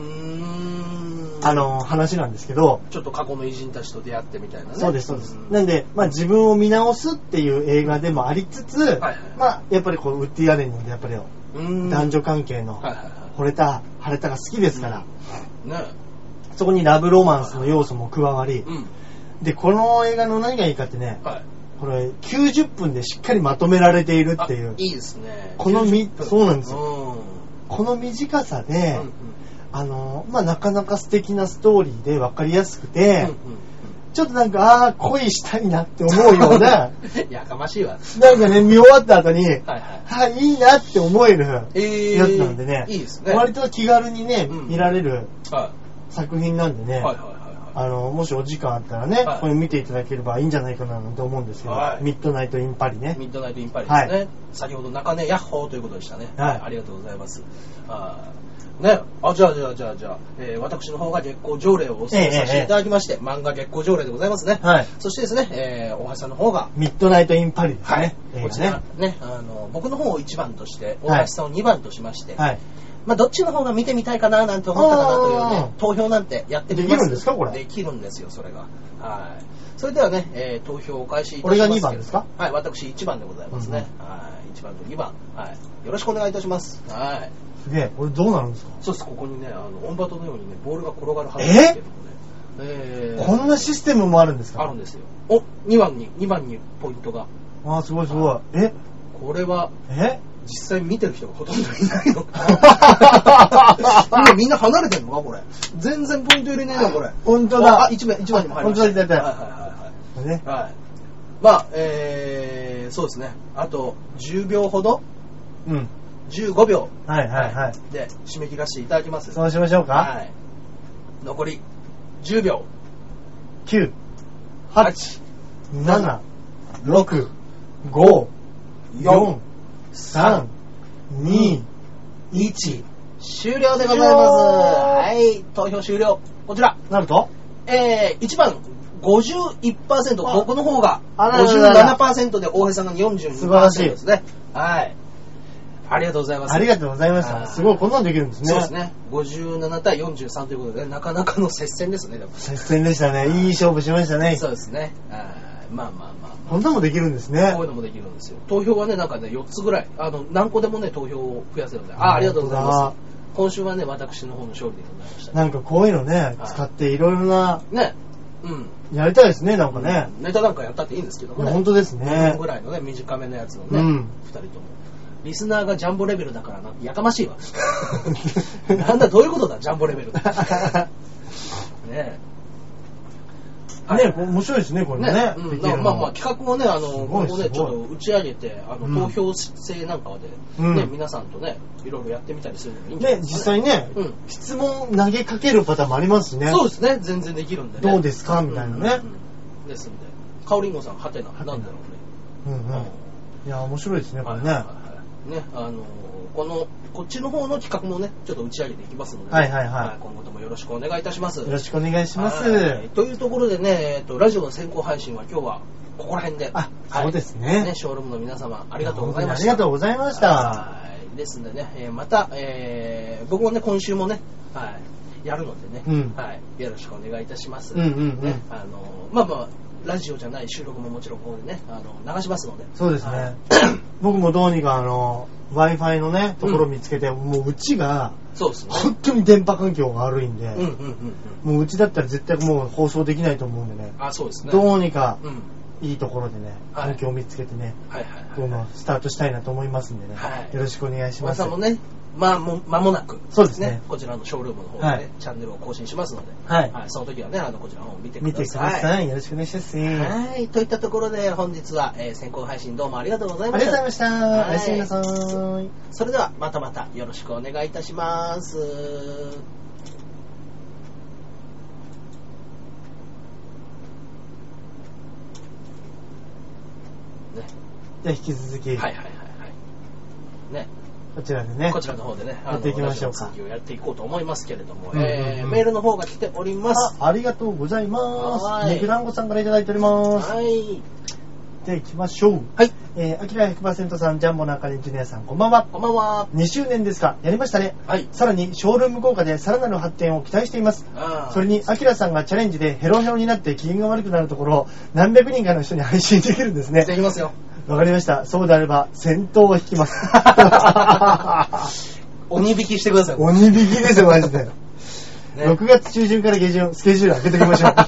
Speaker 1: ーん
Speaker 2: あの、話なんですけど、
Speaker 1: ちょっと過去の偉人たちと出会ってみたいなね
Speaker 2: そうです、そうです。
Speaker 1: ん
Speaker 2: なんで、まあ自分を見直すっていう映画でもありつつ、
Speaker 1: はい
Speaker 2: まあやっぱりこう、ウッディ・アレンのやっぱり
Speaker 1: うん
Speaker 2: 男女関係の
Speaker 1: はいはいは
Speaker 2: 惚れた、晴れたが好きですから、
Speaker 1: いね
Speaker 2: そこにラブロマンスの要素も加わり、
Speaker 1: うん
Speaker 2: で、この映画の何がいいかってね、
Speaker 1: はい
Speaker 2: これ90分でしっかりまとめられているってい
Speaker 1: あ
Speaker 2: う、
Speaker 1: いいですね
Speaker 2: この
Speaker 1: 90
Speaker 2: み
Speaker 1: 分
Speaker 2: そうなんですよ
Speaker 1: うん
Speaker 2: この短さ
Speaker 1: う
Speaker 2: で、
Speaker 1: んうん
Speaker 2: あの、まあ、なかなか素敵なストーリーで分かりやすくて、
Speaker 1: うんうん
Speaker 2: ちょっとなんか、ああー、恋したいなって思うような、
Speaker 1: *laughs* やかましいわ
Speaker 2: *laughs* なんかね、見終わった後に、
Speaker 1: はいはい
Speaker 2: あーいいなって思えるや
Speaker 1: えー
Speaker 2: つなんでね、
Speaker 1: いいですね
Speaker 2: 割と気軽にね、
Speaker 1: うん
Speaker 2: 見られる
Speaker 1: は
Speaker 2: 作品なんで
Speaker 1: い
Speaker 2: ね、
Speaker 1: はいはいは
Speaker 2: あの、もしお時間あったらね、
Speaker 1: はい
Speaker 2: これ見ていただければいいんじゃないかなと思うんですけど、
Speaker 1: はい
Speaker 2: ミッドナイトインパリね
Speaker 1: い。ミッドナイトインパリですね、
Speaker 2: は
Speaker 1: 先ほど中根ヤッホーということでしたね、
Speaker 2: はい
Speaker 1: ありがとうございますあーね、あじゃあじゃあじゃあじゃあ、えー私の方が月光条例をお勧めさせていただきまして、漫画月光条例でございますね、
Speaker 2: はい。
Speaker 1: そしてですね、えー大橋さんの方が
Speaker 2: ミッドナイトインパリですね。映
Speaker 1: こ
Speaker 2: 画
Speaker 1: ち
Speaker 2: ね
Speaker 1: ら。ね、あの、僕の方を1番として、
Speaker 2: はい
Speaker 1: 大橋さんを2番としまして、
Speaker 2: はい。
Speaker 1: まあ、どっちの方が見てみたいかななんて思ったかなというね
Speaker 2: あー、
Speaker 1: 投票なんてやってみます
Speaker 2: できるんですかこれ
Speaker 1: できるんですよ、それが。はい。それではね、えー投票を開始いた
Speaker 2: 俺
Speaker 1: しま
Speaker 2: が
Speaker 1: すけど。
Speaker 2: 2番ですか
Speaker 1: はい、私1番でございますね。はい、1番と2番。はい。よろしくお願いいたします。はい。
Speaker 2: すげえ、俺どうなるんですか
Speaker 1: そうです、ここにね、あの、オンバトのようにね、ボールが転がるはずなんですけどもね。えー
Speaker 2: こんなシステムもあるんです
Speaker 1: ある
Speaker 2: か
Speaker 1: んですよ。お、2番に、2番にポイントが。
Speaker 2: ああ、すごいすごい。え
Speaker 1: これは、
Speaker 2: え
Speaker 1: 実際見てる人がほとんどいない
Speaker 2: *laughs*
Speaker 1: のかな今みんな離れてんのかこれ全然ポイント入れねえなこれ
Speaker 2: 本当だ
Speaker 1: ああ一番一番にも入りました
Speaker 2: 本当だ
Speaker 1: はい
Speaker 2: 本
Speaker 1: は
Speaker 2: ね
Speaker 1: いはいはい、はい、まあえー、そうですねあと10秒ほど
Speaker 2: うん。
Speaker 1: 15秒
Speaker 2: はいはいはい。
Speaker 1: で締め切らせていただきます
Speaker 2: そうしましょうか。
Speaker 1: はい残り10秒
Speaker 2: 9、8、7、6、5、4
Speaker 1: 4、
Speaker 2: 3、2、
Speaker 1: 1終了でございます
Speaker 2: 終了
Speaker 1: はい投票終了こちら
Speaker 2: なると
Speaker 1: えー、1番51%
Speaker 2: あ
Speaker 1: 僕の方が
Speaker 2: あらららら
Speaker 1: 57%で大平さんが42%
Speaker 2: 素晴らしい
Speaker 1: ですねはいありがとうございます
Speaker 2: ありがとうございまし
Speaker 1: は
Speaker 2: た。
Speaker 1: い
Speaker 2: すごい、こんなんできるんですね。
Speaker 1: そうですね57対43ということでなかなかの接戦ですねでも
Speaker 2: 接戦でしたね。いい勝負しましたね。
Speaker 1: そうですねはいまあまあまあ
Speaker 2: こんなもできるんですね
Speaker 1: こう。いうのもできるんですよ投票はねなんかね4つぐらいあの何個でもね投票を増やせるのであありがとうござい
Speaker 2: 本
Speaker 1: ま
Speaker 2: 当だ
Speaker 1: す今週はね私の方の勝利でございました
Speaker 2: なんかこういうのね
Speaker 1: は、い
Speaker 2: 使っていろいろな
Speaker 1: ねうん。
Speaker 2: やりたいですね、なんかね。
Speaker 1: ネタなんかやったっていいんですけど
Speaker 2: い
Speaker 1: も
Speaker 2: や
Speaker 1: ね。
Speaker 2: 本当ですね
Speaker 1: 5分。ぐらいのね、短めのやつをね、
Speaker 2: う
Speaker 1: 二
Speaker 2: ん
Speaker 1: 人とも。リスナーがジャンボレベルだからな、やかましいわ。 *laughs* なんだ、どういうことだ、ジャンボレベ
Speaker 2: *laughs*
Speaker 1: ルって。ねえ。
Speaker 2: *laughs* ね、面白いですね、これね。
Speaker 1: ね、
Speaker 2: で
Speaker 1: うん、
Speaker 2: きるの
Speaker 1: まあまあ企画もね、あの、
Speaker 2: ご
Speaker 1: こ
Speaker 2: い
Speaker 1: こね、
Speaker 2: す
Speaker 1: ちょ
Speaker 2: ごい
Speaker 1: っと打ち上げて、あ
Speaker 2: うん
Speaker 1: の、投票制なんかで、
Speaker 2: うん
Speaker 1: ね、皆さんとね、いろいろやってみたりするのもいいんじゃな
Speaker 2: で、
Speaker 1: い
Speaker 2: 実
Speaker 1: ですか、ね。
Speaker 2: 際ね、
Speaker 1: うん
Speaker 2: 質問投げかけるパターンもありますしね。
Speaker 1: そう
Speaker 2: う
Speaker 1: ですね、全然できるんでね。
Speaker 2: どうですかみたいなね
Speaker 1: うんうんですんで、かおりんごさん、はてな、なんだろうね。
Speaker 2: んうん。いや、面白いですね、これね。
Speaker 1: はい
Speaker 2: は
Speaker 1: はいね、あのこのこっちの方の企画もねちょっと打ち上げていきますので、
Speaker 2: はいはいはい
Speaker 1: 今後ともよろしくお願いいたします
Speaker 2: いよろしくお願いします。
Speaker 1: はいというところでね、えっとラジオの先行配信は今日はここら辺で
Speaker 2: あ
Speaker 1: はい
Speaker 2: そうですね
Speaker 1: ショールームの皆様あ
Speaker 2: あ
Speaker 1: りがとうございました
Speaker 2: ありがとうございました。
Speaker 1: はいですんでね、えーまた、えー僕もね今週もね、はい、やるのでね、
Speaker 2: うん
Speaker 1: はい、よろしくお願いいたします、
Speaker 2: うんうんうん
Speaker 1: ね、あのまあまあラジオじゃない収録ももちろんここでねあの流しますので
Speaker 2: そうです
Speaker 1: は
Speaker 2: ね
Speaker 1: い。 *coughs*
Speaker 2: 僕もどうにかあの、Wi-Fi のね、ところ見つけて、もううちが、
Speaker 1: そうですね
Speaker 2: 本当に電波環境が悪いんで、
Speaker 1: うんうんうんうん
Speaker 2: もううちだったら絶対もう放送できないと思うんでね、
Speaker 1: あそうですね
Speaker 2: どうにか
Speaker 1: うん
Speaker 2: いいところでね、
Speaker 1: はい
Speaker 2: 環境を見つけてね、
Speaker 1: はいはい
Speaker 2: ど
Speaker 1: は
Speaker 2: う
Speaker 1: い
Speaker 2: もスタートしたいなと思いますんでね、
Speaker 1: はい
Speaker 2: よろしくお願いし
Speaker 1: ま
Speaker 2: ます。
Speaker 1: さもねまあもう間もなく
Speaker 2: そうですね
Speaker 1: こちらのショールームの方でね、
Speaker 2: はい
Speaker 1: チャンネルを更新しますので、
Speaker 2: はい
Speaker 1: その時はねあのこちらの方を見て
Speaker 2: 見
Speaker 1: く
Speaker 2: て
Speaker 1: だ
Speaker 2: くだ
Speaker 1: さい
Speaker 2: さい。よろしくお願いします。あ
Speaker 1: はいといったところで本日は、えー先行配信どうもありがとうござ
Speaker 2: り
Speaker 1: いま
Speaker 2: がとう
Speaker 1: し
Speaker 2: ご
Speaker 1: た
Speaker 2: ざいました。おやすみなさーい。
Speaker 1: それではまたまたよろしくお願いいたしますね
Speaker 2: じゃあ引き続き、
Speaker 1: はいはいはいはい。ね、
Speaker 2: こちらでね
Speaker 1: こ、ちらの方でね、あの
Speaker 2: やっていきましょうか
Speaker 1: ラジオの続きをやっていこうと思いますけれども、
Speaker 2: うんうんうん
Speaker 1: えーメールの方が来ております。
Speaker 2: あありがとうございます。
Speaker 1: はい
Speaker 2: ねぐらんごさんからいただいております。
Speaker 1: はい。
Speaker 2: では行きましょう。
Speaker 1: はい。
Speaker 2: えー、あきら100%さん、ジャンボ中根ジュニアさん、こんばんは。
Speaker 1: こんばんは。
Speaker 2: 2周年ですか、やりましたね。
Speaker 1: はい。
Speaker 2: さらに、ショールーム効果でさらなる発展を期待しています。
Speaker 1: あー
Speaker 2: それに、アキラさんがチャレンジでヘロヘロになって機嫌が悪くなるところを何百人かの人に配信できるんですね
Speaker 1: じゃ。あいき
Speaker 2: *laughs*
Speaker 1: ますよ。
Speaker 2: わかりました。そうであれば、戦闘を引きます。
Speaker 1: 鬼引きしてください。
Speaker 2: *laughs* 鬼引きですよ、マジで。
Speaker 1: ね
Speaker 2: 6月中旬から下旬、スケジュール開けときましょう。 *laughs*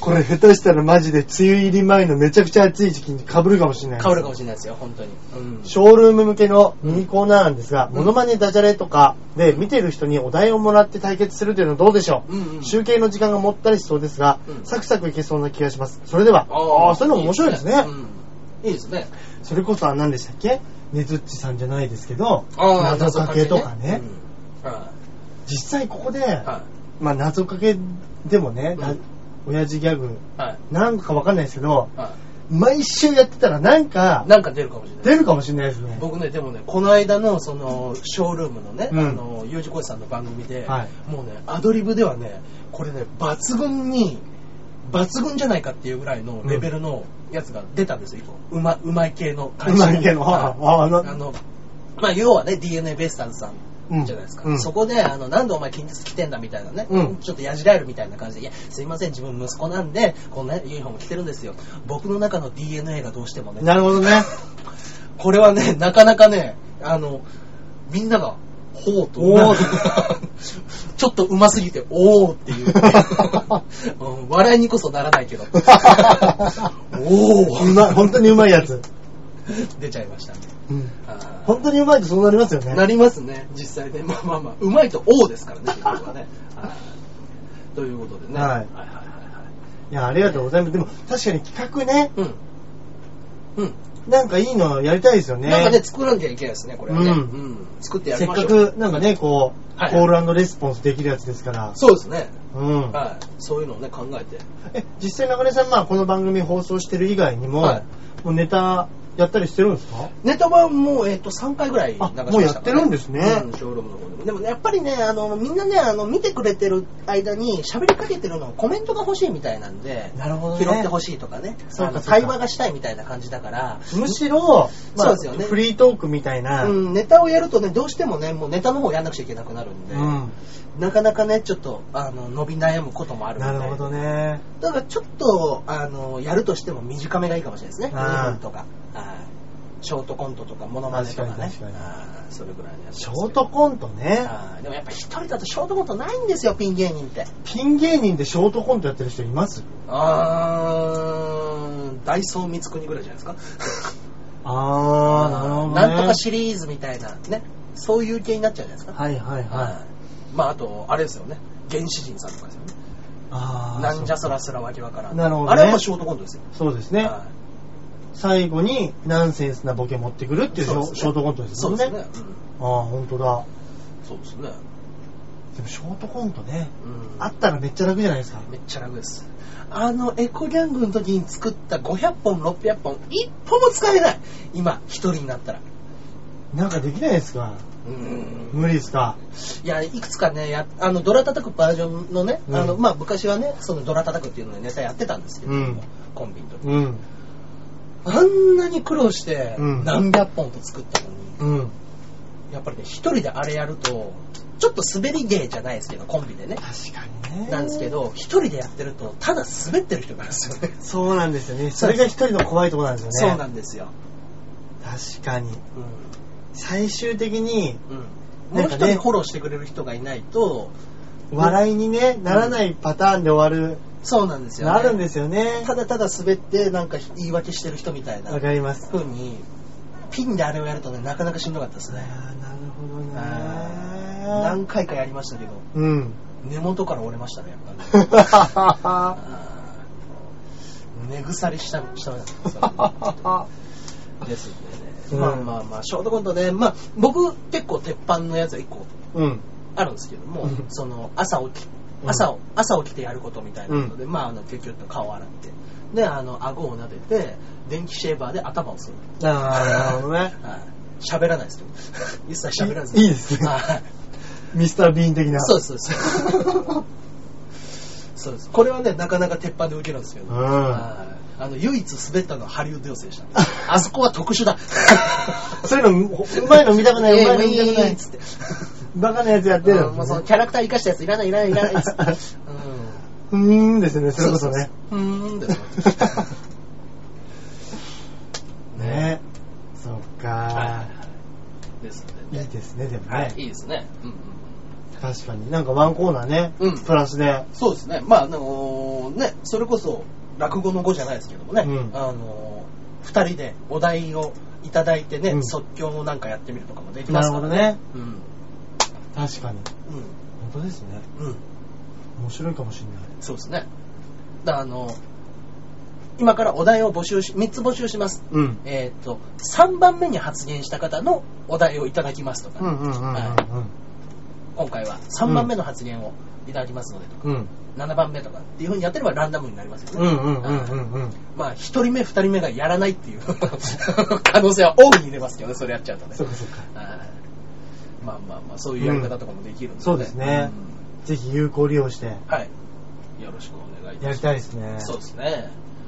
Speaker 2: これ下手したらマジで梅雨入り前のめちゃくちゃ暑い時期に被るかもし *laughs* れない。
Speaker 1: かぶるかもしれないですよ、本当に。うん。
Speaker 2: ショールーム向けのミニコーナーなんですが、
Speaker 1: うん
Speaker 2: モノマネダジャレとかで見てる人にお題をもらって対決するというのはどうでしょう、
Speaker 1: うんうん
Speaker 2: 集計の時間がもったりしそうですが、
Speaker 1: うん
Speaker 2: サクサクいけそうな気がします。それでは、ああー、そういうの面白いですね。
Speaker 1: いいですね。うんいいですね。
Speaker 2: それこそあ何でしたっけねずっちさんじゃないですけど、
Speaker 1: あー
Speaker 2: 謎かけとかね、。
Speaker 1: うんは
Speaker 2: 実際ここで、
Speaker 1: いは
Speaker 2: まあ謎かけでもね、
Speaker 1: うん
Speaker 2: だ親父ギャグ、
Speaker 1: いはい
Speaker 2: なんかわかんないですけど、
Speaker 1: は
Speaker 2: 毎週やってたらなんか
Speaker 1: い。なんか出るかもしれない。
Speaker 2: 出るかもしれないですね。
Speaker 1: 僕ね、でもね、この間の、その、ショールームのね、
Speaker 2: うん
Speaker 1: あの、ゆうじこさんの番組で、
Speaker 2: はい
Speaker 1: もうね、アドリブではね、これね、抜群に、抜群じゃないかっていうぐらいのレベルのやつが出たんですよ、一個うま、うまい系の感じ。
Speaker 2: うまい系の
Speaker 1: は
Speaker 2: ああ
Speaker 1: い
Speaker 2: な
Speaker 1: あの、まあ、要はね、DNA ベイスターズさん。じゃないですか、
Speaker 2: うん
Speaker 1: そこであのなんでお前近日来てんだみたいなね、
Speaker 2: うん
Speaker 1: ちょっとやじられるみたいな感じで「いやすいません自分息子なんでこの、ね、ユニフォーム着てるんですよ僕の中の DNA がどうしてもね
Speaker 2: なるほ
Speaker 1: *laughs*
Speaker 2: どね。
Speaker 1: これはね、なかなかね、あの、みんなが、ほうと、
Speaker 2: おー
Speaker 1: *laughs* ちょっと上手すぎて、おーって
Speaker 2: *laughs*
Speaker 1: いう、うん笑いにこそならないけど。お
Speaker 2: うまい、本当にうまいやつ。
Speaker 1: ー出ちゃいましたね。
Speaker 2: うん
Speaker 1: あー
Speaker 2: 本当にうまいとそうなりますよね。
Speaker 1: なりますね、実際ね。まあまあまあ、うまいとおーですからね、結局はね。はいということでね。
Speaker 2: はい
Speaker 1: はいはいはい
Speaker 2: いや、ありがとうございます。でも、確かに企画ね、
Speaker 1: はい。うん。うん。
Speaker 2: なんかいいのやりたいですよね。
Speaker 1: なんかね、作らなきゃいけないですね、これはね。
Speaker 2: う
Speaker 1: うんん。作ってやり
Speaker 2: せっ
Speaker 1: ましょ
Speaker 2: か
Speaker 1: う。
Speaker 2: く、なんかね、こう、
Speaker 1: はい
Speaker 2: コールレスポンスできるやつですから。
Speaker 1: そうですね。
Speaker 2: うん。
Speaker 1: はい。そういうのをね、考えて。
Speaker 2: え、実際中根さん、まあ、この番組放送してる以外にも、
Speaker 1: はい
Speaker 2: もうネタやったりしてるんですか
Speaker 1: ネタはもう、えっと3回ぐらい流しましたから、
Speaker 2: あもうやってるんですね
Speaker 1: うんショールームの方でも。でもね、やっぱりね、あの、みんなね、あの、見てくれてる間に喋りかけてるのをコメントが欲しいみたいなんで、
Speaker 2: なるほ
Speaker 1: 拾ってほ
Speaker 2: し
Speaker 1: しいとかね、
Speaker 2: そうか
Speaker 1: あの
Speaker 2: そうか
Speaker 1: 対話がしたいみたいな感じだから、
Speaker 2: い。むしろ、
Speaker 1: そうですよね
Speaker 2: フリートークみたいな、
Speaker 1: うん、ネタをやるとね、どうしてもね、もうネタの方やんなくちゃいけなくなるんで、
Speaker 2: うん
Speaker 1: なかなかね、ちょっと、あの、伸び悩むこともあるんで。
Speaker 2: なるほどね。
Speaker 1: だからちょっと、あの、やるとしても短めがいいかもしれないですね。
Speaker 2: あー
Speaker 1: 2分とか。はいショートコントとかモノマネとかね
Speaker 2: 確かに確かに
Speaker 1: あーそれぐらいのやつです
Speaker 2: シ
Speaker 1: け
Speaker 2: ョ
Speaker 1: ど
Speaker 2: ートコントね。
Speaker 1: あーでもやっぱ一人だとショートコントないんですよピン芸人って
Speaker 2: ピン芸人でショートコントやってる人います
Speaker 1: あーダイソー光国ぐらいじゃないですか
Speaker 2: *laughs* あー、なるほどね。
Speaker 1: *laughs* なんとかシリーズみたいなねそういう系になっちゃうじゃないですか
Speaker 2: はいはいは。
Speaker 1: はいいまああとあれですよね原始人さんとかですよね
Speaker 2: あー
Speaker 1: なんじゃそらすらわけわからん
Speaker 2: なるほどね
Speaker 1: あれはもうショートコントですよ
Speaker 2: そうですね。
Speaker 1: はい
Speaker 2: 最後にナンセンスなボケ持ってくるっていうシ
Speaker 1: そう
Speaker 2: ョ
Speaker 1: ですね
Speaker 2: ショートコントです
Speaker 1: そ
Speaker 2: も
Speaker 1: うんで
Speaker 2: ね。
Speaker 1: すね
Speaker 2: ああ、ほんとだ。
Speaker 1: うんそうですね
Speaker 2: でもショートコントね、
Speaker 1: うん
Speaker 2: あったらめっちゃ楽じゃないですか。
Speaker 1: めっちゃ楽ですあのエコギャングの時に作った500本600本一歩も使えない今一人になったら
Speaker 2: なんかできないですか
Speaker 1: うん
Speaker 2: 無理ですか
Speaker 1: いやいくつかねやあのドラ叩くバージョンのね、
Speaker 2: うん
Speaker 1: あのまあ昔はねそのドラ叩くっていうのでネタやってたんですけど、
Speaker 2: うん
Speaker 1: コンビの時
Speaker 2: うん。
Speaker 1: あんなに苦労して
Speaker 2: うん
Speaker 1: 何百本と作ったのに、
Speaker 2: うん。
Speaker 1: やっぱりね一人であれやるとちょっと滑り芸じゃないですけどコンビでね
Speaker 2: 確かにね。
Speaker 1: なんですけ。ど一人でやってるとただ滑ってる人なんですよね
Speaker 2: そうなんですよね。それが一人の怖いところなんですよね。
Speaker 1: そうなんですよ、
Speaker 2: 確かに。
Speaker 1: うん
Speaker 2: 最終的に、
Speaker 1: もう
Speaker 2: なん
Speaker 1: 一
Speaker 2: か
Speaker 1: 人
Speaker 2: ね
Speaker 1: フォローしてくれる人がいないと、
Speaker 2: 笑いにね、ならないパターンで終わる、
Speaker 1: そうなんですよ、ね。
Speaker 2: なるんですよね。
Speaker 1: ただただ滑って、なんか言い訳してる人みたいな
Speaker 2: わかります。
Speaker 1: 風に、ピンであれをやるとね、なかなかしんどかったです
Speaker 2: あ
Speaker 1: ね。
Speaker 2: ーなるほどね。
Speaker 1: 何回かやりましたけど、
Speaker 2: うん。
Speaker 1: 根元から折れましたね、やっぱり。あー根腐りした、したんですよですんでね。まあ
Speaker 2: うん
Speaker 1: まあまあ、ショートコントで、まあ、僕結構鉄板のやつは一個
Speaker 2: *laughs* うん。
Speaker 1: あるんですけども、
Speaker 2: うん
Speaker 1: その朝起き
Speaker 2: うん
Speaker 1: 朝を朝起きてやることみたいなので、まああのキュキュッと顔を洗ってであの顎を撫でて電気シェーバーで頭をする
Speaker 2: あーなるほどね。
Speaker 1: はい喋らないですけど *laughs* 一切喋らず
Speaker 2: いいいですね
Speaker 1: はい
Speaker 2: ミスター・ビーン的な。
Speaker 1: そうですそう
Speaker 2: *laughs*
Speaker 1: ですそうですこれはねなかなか鉄板で受けるんですけど、
Speaker 2: うん
Speaker 1: はいあの唯一滑ったのはハリウッド寄せでした
Speaker 2: *laughs*
Speaker 1: あそこは特殊だ
Speaker 2: そう *laughs* いうの、ほうまいの見たくない、
Speaker 1: ええ
Speaker 2: うまいの見たくな
Speaker 1: ええ
Speaker 2: い。
Speaker 1: つって
Speaker 2: バカなやつやってる
Speaker 1: うんもうそのキャラクター生かしたやついらないいらないいらないっつっ
Speaker 2: *laughs*
Speaker 1: て、うん
Speaker 2: うーんですね、それこそね。
Speaker 1: そうそうそう。うー *laughs* んですよ
Speaker 2: ねそっか
Speaker 1: ですの
Speaker 2: い
Speaker 1: で
Speaker 2: い
Speaker 1: ね。
Speaker 2: ですね、でも
Speaker 1: はい
Speaker 2: ね。。
Speaker 1: いいですね。うんうん。
Speaker 2: 確かに。なんかワンコーナーね。
Speaker 1: うん
Speaker 2: プラスで。
Speaker 1: そうですね。まあ、あのーね、それこそ落語の語じゃないですけどもね、
Speaker 2: うん
Speaker 1: あのー二人でお題をいただいてね、
Speaker 2: うん
Speaker 1: 即興のなんかやってみるとかもできま
Speaker 2: な
Speaker 1: す
Speaker 2: る
Speaker 1: か
Speaker 2: ほ
Speaker 1: ら
Speaker 2: ど
Speaker 1: ね。
Speaker 2: ね。
Speaker 1: ほどね。
Speaker 2: 確かに。
Speaker 1: う
Speaker 2: 本当ですね。
Speaker 1: ん。うん。うん。
Speaker 2: 面白いかもしれない。
Speaker 1: そうですね。だからあのー今からお題を募集し、三つ募集します。
Speaker 2: うん。
Speaker 1: えっ、と、三番目に発言した方のお題をいただきますとか、
Speaker 2: うんうんうんうん
Speaker 1: はい今回は3番目の発言をいただきますのでとか、
Speaker 2: うん。うん。
Speaker 1: 7番目とかっていうふうにやってればランダムになりますよ
Speaker 2: う
Speaker 1: ね。
Speaker 2: んうんうんうんうん。
Speaker 1: まあ、1人目、2人目がやらないっていう *laughs* 可能性は大いに出ますけどね、それやっちゃうとね
Speaker 2: そ。っかそっか。
Speaker 1: はいまあまあまあ、そういうやり方とかもできるので、
Speaker 2: うんそうですねぜひ有効利用して
Speaker 1: うんはい。よろしくお願いいた
Speaker 2: や
Speaker 1: しま
Speaker 2: り
Speaker 1: す。
Speaker 2: たいですね。
Speaker 1: そうですね。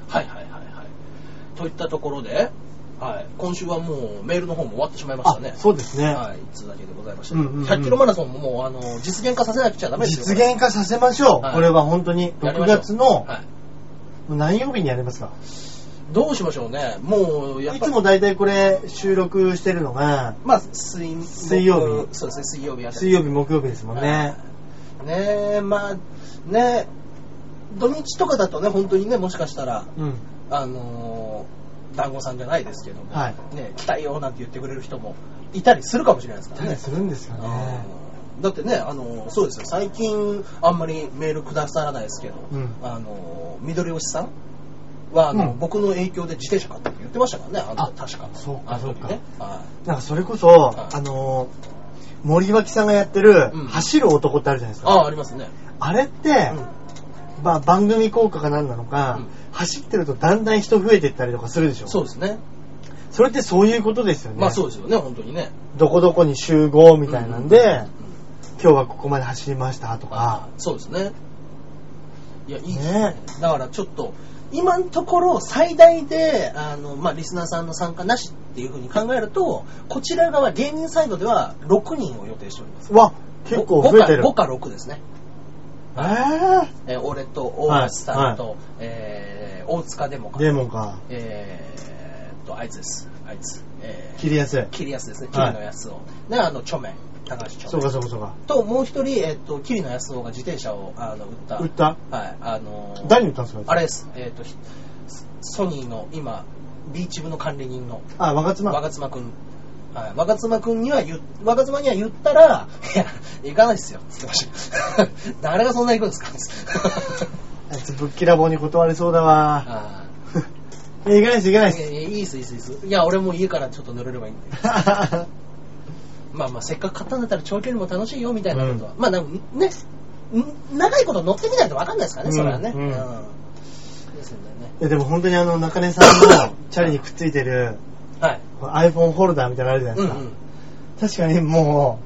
Speaker 1: はいはいはいはい。といったところで、はい、今週はもうメールの方も終わってしまいましたね
Speaker 2: あ。そうですね。
Speaker 1: はい、1通だけでございました。
Speaker 2: うんうんうん
Speaker 1: 100キロマラソンももうあの実現化させなくちゃダメですよ。
Speaker 2: 実現化させましょう。
Speaker 1: はい
Speaker 2: これは本当に。
Speaker 1: やりま
Speaker 2: 6
Speaker 1: しょう
Speaker 2: 月の、
Speaker 1: はい
Speaker 2: 何曜日にやりますか
Speaker 1: どうしましょうね。もう、やっ
Speaker 2: い
Speaker 1: ぱ
Speaker 2: つも大体これ収録してるのが、
Speaker 1: まあ、水
Speaker 2: 水曜日
Speaker 1: そうですね、水曜日あたり
Speaker 2: 水曜日、木曜日ですもんね。
Speaker 1: ねえ、まあ、ね土日とかだとね、本当にね、もしかしたら、
Speaker 2: うん。
Speaker 1: あのー団子さんじゃないですけども、
Speaker 2: はい
Speaker 1: ね、来たいよなんて言ってくれる人もいたりするかもしれないですから
Speaker 2: ただ
Speaker 1: ね。
Speaker 2: するんですかね。
Speaker 1: うんだってね、あのーそうですよ、最近、あんまりメールくださらないですけど、
Speaker 2: うん
Speaker 1: あのー緑吉さんは、あの
Speaker 2: うん
Speaker 1: 僕の影響で自転車買ったって言ってましたからね、あの確か。
Speaker 2: そうか
Speaker 1: あの時ねはい
Speaker 2: なんかそれこそ、
Speaker 1: はい
Speaker 2: あのー、森脇さんがやってる
Speaker 1: うん、
Speaker 2: 走る男ってあるじゃないですか。
Speaker 1: ああ、ありますね。
Speaker 2: あれって、まあ番組効果かなんなのか、
Speaker 1: うん
Speaker 2: 走ってるとだんだん人増えてったりとかするでしょ。
Speaker 1: そうですね。
Speaker 2: それってそういうことですよね。
Speaker 1: まあそうですよね、本当にね。
Speaker 2: どこどこに集合みたいなんで、
Speaker 1: うんうん
Speaker 2: 今日はここまで走りましたとか、
Speaker 1: そうですね。いや、いいですね。
Speaker 2: ね
Speaker 1: だからちょっと、今のところ最大で、あの、まあ、リスナーさんの参加なしっていうふうに考えると、こちら側、芸人サイドでは6人を予定しております。
Speaker 2: わ、結構増えてる。
Speaker 1: 5か6ですね。
Speaker 2: えー
Speaker 1: えー俺と大橋さんと、えー大塚デモか。
Speaker 2: デーモンか。
Speaker 1: えーっと、あいつです。えあいつ。え
Speaker 2: 切りやすい
Speaker 1: ー、。キリアスですね。キ
Speaker 2: はい
Speaker 1: リのやすお。で、あの、著名。高橋著
Speaker 2: そう
Speaker 1: 名
Speaker 2: か。そうかそうか。
Speaker 1: と、もう一人、えっ、と、キリのやすおが自転車を、あの、売った。
Speaker 2: 売った
Speaker 1: はい。あのー
Speaker 2: 誰に売ったんですか
Speaker 1: あれです。えっ、と、ひソニーの、今、ビーチ部の管理人の、
Speaker 2: あ、若妻。
Speaker 1: 若妻くん。はい。若妻くんには言う、若妻には言ったら、いや、行かないっすよ。 *laughs* つってました。誰がそんな行くんですか *laughs* つって
Speaker 2: あいつぶっきらぼうに断れそうだわ。
Speaker 1: あー
Speaker 2: いやいけないです、いけない
Speaker 1: い
Speaker 2: で
Speaker 1: や
Speaker 2: す。
Speaker 1: いやいいっす、いいっす、いいっす。いや、俺もう家からちょっと濡れればいいんで。まあまあ、せっかく買ったんだったら長距離も楽しいよみたいなことは。まあ、なんかね、ん長いこと乗ってみないと分かんないですからね、それはね。
Speaker 2: う
Speaker 1: うんん。
Speaker 2: うん
Speaker 1: ですよね。
Speaker 2: *laughs* いやでも本当にあの中根さんのチャリにくっついてる
Speaker 1: はい。
Speaker 2: こう iPhone ホルダーみたいなのあるじゃないうで
Speaker 1: ん
Speaker 2: すか。確かにも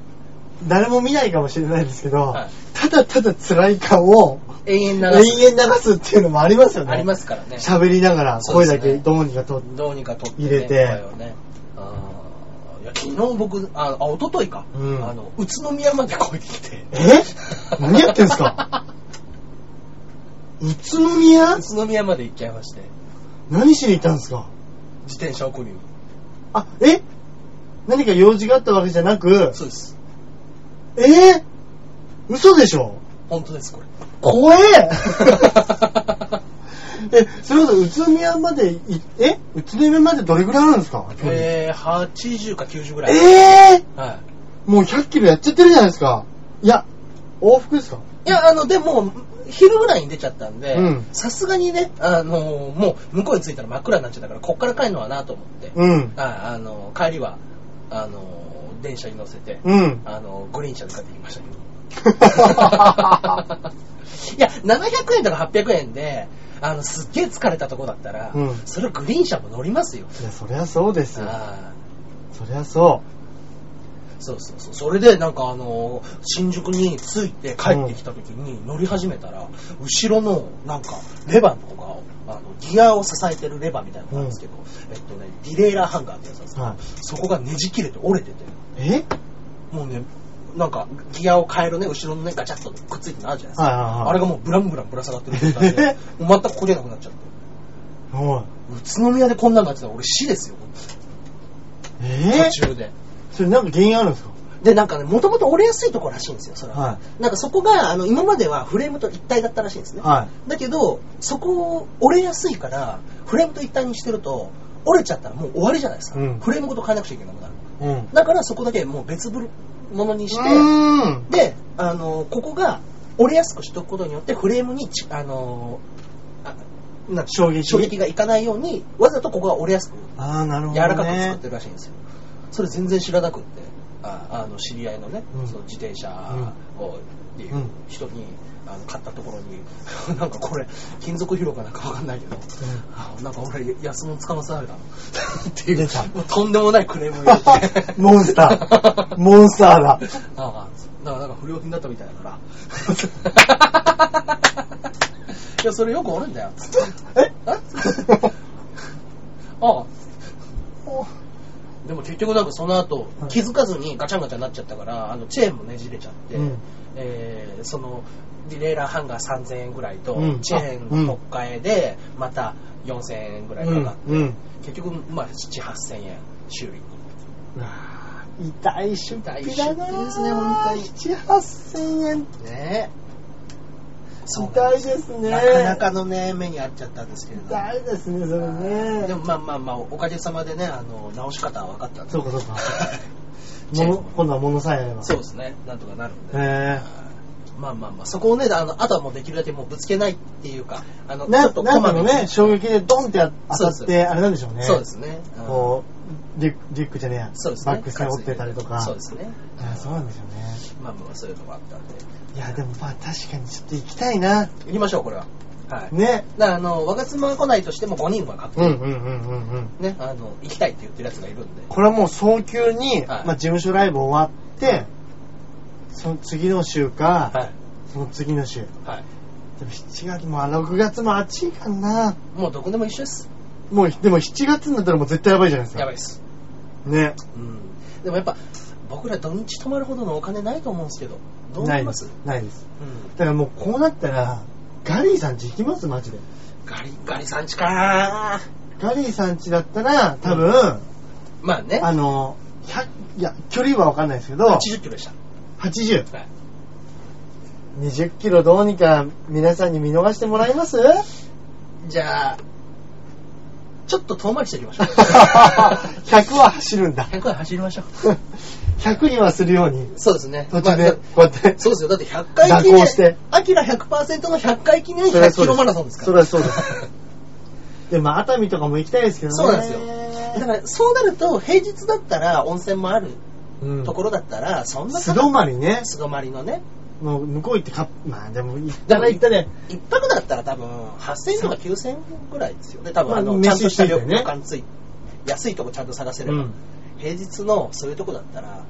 Speaker 2: う、誰も見ないかもしれないですけど、
Speaker 1: はい
Speaker 2: ただただ辛い顔を
Speaker 1: うん。永遠
Speaker 2: 永
Speaker 1: 流す。
Speaker 2: 遠流すっていうのもありますよね。
Speaker 1: ありますからね。
Speaker 2: 喋りながら
Speaker 1: そう
Speaker 2: 声
Speaker 1: です
Speaker 2: だ
Speaker 1: ね
Speaker 2: けどうにかと、
Speaker 1: どうにか取って、ね、
Speaker 2: 入れて
Speaker 1: 声をね。あーいや昨日僕、あ、あ一昨日か、
Speaker 2: うん
Speaker 1: あの、宇都宮まで越えてきて。
Speaker 2: え何やってんすか宇都宮
Speaker 1: *laughs* 宇都宮まで行っちゃいまして、
Speaker 2: 何しに行ったんですか
Speaker 1: 自転車をこりに。
Speaker 2: あ、え何か用事があったわけじゃなく、
Speaker 1: そうです。
Speaker 2: えー、嘘でしょ
Speaker 1: 本当です、こ
Speaker 2: *laughs*
Speaker 1: れ。
Speaker 2: 怖ええ、それこそ宇都宮までい、え宇都宮までどれぐらいあるんですか
Speaker 1: えー、80か90ぐらい。
Speaker 2: え
Speaker 1: はい。
Speaker 2: ー、もう100キロやっちゃってるじゃないですか。いや、往復ですか
Speaker 1: いや、あの、でも、昼ぐらいに出ちゃったんで
Speaker 2: うん、
Speaker 1: さすがにね、あの、もう、向こうに着いたら真っ暗になっちゃったから、こっから帰るのはなと思って、
Speaker 2: うん。
Speaker 1: ああの、帰りは、あの、電車に乗せて、
Speaker 2: うん。 *laughs*
Speaker 1: あの、グリーン車使ってきましたけど。いや、700円とか800円で、あの、すっげえ疲れたとこだったら、
Speaker 2: うん
Speaker 1: それはグリーン車も乗りますよ。
Speaker 2: いや、そりゃそうですよ。
Speaker 1: あー
Speaker 2: そりゃそ
Speaker 1: そうそうそう。それで、なんかあのー新宿に着いて帰ってきた時に乗り始めたら、後ろの、なんか、レバーのとかを、あの、ギアを支えてるレバーみたいなのがあるんですけど、えっとね、ディレイラーハンガーってやつなんですけどそ
Speaker 2: う。はい。
Speaker 1: こがねじ切れて折れてて、
Speaker 2: え
Speaker 1: もうね、なんか、ギアを変えるね、後ろのね、ガチャッとくっついてるのあるじゃないですか。
Speaker 2: はいはいはい
Speaker 1: あれがもうブランブランぶら下がってる状態で、もう全く焦げなくなっちゃって。
Speaker 2: おい。
Speaker 1: 宇都宮でこんなのなってたら俺死ですよ、
Speaker 2: え
Speaker 1: 途中で。
Speaker 2: それなんか原因あるんですか
Speaker 1: で、なんかね、もともと折れやすいとこらしいんですよ、それは。
Speaker 2: は
Speaker 1: なんかそこが、あの、今まではフレームと一体だったらしいんですね。
Speaker 2: は
Speaker 1: だけど、そこを折れやすいから、フレームと一体にしてると、折れちゃったらもう終わりじゃないですか。
Speaker 2: うん
Speaker 1: フレームごと変えなくちゃいけなくなる。
Speaker 2: い。うん。
Speaker 1: だからそこだけもう別ぶるものにして、
Speaker 2: うん。
Speaker 1: で、あの、ここが折れやすくしておくことによって、フレームにち、あの、あなんか
Speaker 2: 衝撃
Speaker 1: 衝撃がいかないように、わざとここが折れやすく
Speaker 2: ああ、なるほ
Speaker 1: 柔
Speaker 2: ど、ね。
Speaker 1: らかく作ってるらしいんですよ。それ全然知らなくって、ああの知り合いのね、
Speaker 2: うん
Speaker 1: その自転車を、っていう
Speaker 2: うん
Speaker 1: 人に、あの買ったところに、 *laughs* なんかこれ、金属疲労かなんかわかんないけど、あなんか俺、安物つかまされたのってい
Speaker 2: 出
Speaker 1: う
Speaker 2: た、。
Speaker 1: もうとんでもないクレームを入れて
Speaker 2: *laughs* モンスタ
Speaker 1: *laughs*
Speaker 2: ー。モンスターだ。
Speaker 1: ああ、だからなんか不良品だったみたいだから。 *laughs* いや、それよくおるんだよ。
Speaker 2: え
Speaker 1: あ *laughs* ああ。でも結局なんかその後
Speaker 2: はい
Speaker 1: 気づかずにガチャンガチャンなっちゃったからあのチェーンもねじれちゃって、
Speaker 2: うん
Speaker 1: えーそのディレイラーハンガー3000円ぐらいと、
Speaker 2: うん
Speaker 1: チェーンの取っ替えでまた4000円ぐらいかかって、
Speaker 2: うんうん
Speaker 1: 結局まあ78000円修理に
Speaker 2: 痛い出費だな
Speaker 1: 痛い出費ですね本当に
Speaker 2: 7、8千円。
Speaker 1: ねそう
Speaker 2: 痛
Speaker 1: なん
Speaker 2: い
Speaker 1: で
Speaker 2: ですすね。
Speaker 1: なかなかのね目に遭っちゃったんですけれど
Speaker 2: 痛いですね、それね。
Speaker 1: でもまあまあまあおかげさまでねあの直し方は分かったんで
Speaker 2: そうかそうか
Speaker 1: チェーン
Speaker 2: 物、今度は物さえあれば。
Speaker 1: そうですねなんとかなるんで、
Speaker 2: へ
Speaker 1: まあまあまあ、そこをね、あの、あとはもうできるだけもうぶつけないっていうか、あの、
Speaker 2: ー、な、
Speaker 1: こ
Speaker 2: なん
Speaker 1: ま
Speaker 2: か
Speaker 1: め
Speaker 2: の
Speaker 1: に
Speaker 2: ね、衝撃でドンって
Speaker 1: そ
Speaker 2: 当
Speaker 1: う
Speaker 2: た
Speaker 1: で
Speaker 2: って、あれなんでしょうね。
Speaker 1: そうですね。うん
Speaker 2: こう、リュックリュックじゃねえや。
Speaker 1: そうですね。
Speaker 2: バック背負ってたりとか。
Speaker 1: そうですね。
Speaker 2: あーそうなんでしょうね。
Speaker 1: まあまあ、そういうのがあったんで。
Speaker 2: いや、でもまあ確かにちょっと行きたいな。
Speaker 1: 行きましょう、これは。はい。
Speaker 2: ね。
Speaker 1: だからあの、若妻が来ないとしても5人は確定。
Speaker 2: うんうんうんうんうん。
Speaker 1: ね、あの、行きたいって言ってるやつがいるんで。
Speaker 2: これはもう早急に、
Speaker 1: はい
Speaker 2: まあ事務所ライブ終わって、その次の週か、
Speaker 1: はい。
Speaker 2: その次の週。
Speaker 1: はい。
Speaker 2: でも7月も、あ6月も暑いかな。
Speaker 1: もうどこでも一緒です。
Speaker 2: もう、でも7月になったらもう絶対やばいじゃないですか。
Speaker 1: やばいです。
Speaker 2: ね。
Speaker 1: うん。でもやっぱ、僕ら土日泊まるほどのお金ないと思うんですけど、どう思
Speaker 2: ないいで
Speaker 1: ますす。
Speaker 2: ないです。
Speaker 1: うん。
Speaker 2: だからもうこうなったら、ガリーさんち行きますマジで。
Speaker 1: ガリ、ガリさんちかー
Speaker 2: ガリーさんちだったら、多分、
Speaker 1: まあね。
Speaker 2: あの、100いや、距離はわかんないですけど、
Speaker 1: 80キロでし
Speaker 2: 80?20
Speaker 1: た。はい。
Speaker 2: キロどうにか皆さんに見逃してもら
Speaker 1: *laughs*
Speaker 2: えます
Speaker 1: じゃあ、ちょっと遠回りしていきま *laughs* しょう。
Speaker 2: 100は走るん *laughs* だ。
Speaker 1: 100は走りましょう。
Speaker 2: 100にはするように、
Speaker 1: そうですね。
Speaker 2: 途中
Speaker 1: まあ
Speaker 2: でこうやって。
Speaker 1: そうですよ。だって100回記
Speaker 2: 蛇
Speaker 1: 念。
Speaker 2: 行して
Speaker 1: アキラ100%の100回記念
Speaker 2: それはそ
Speaker 1: 100キ
Speaker 2: うです
Speaker 1: ロマラソンですから。
Speaker 2: それはそうです。で、まあ、熱海とかも行きたいですけどね。
Speaker 1: そうなんですよ。だから、そうなると、平日だったら、温泉もある
Speaker 2: うん
Speaker 1: ところだったら、そんな
Speaker 2: 素泊まりね。
Speaker 1: 素泊まりのね。
Speaker 2: もう向こう行ってか、まあでも行ったら行ったで、
Speaker 1: 一泊だったら多分、8000円とか9000円ぐらいですよね。多分、
Speaker 2: まあ
Speaker 1: あの、ちゃん
Speaker 2: 飯
Speaker 1: とした旅
Speaker 2: ついてね
Speaker 1: 旅館つい、安いとこちゃんと探せれ
Speaker 2: う
Speaker 1: ば。
Speaker 2: ん。
Speaker 1: 平日のそういうとこだったら、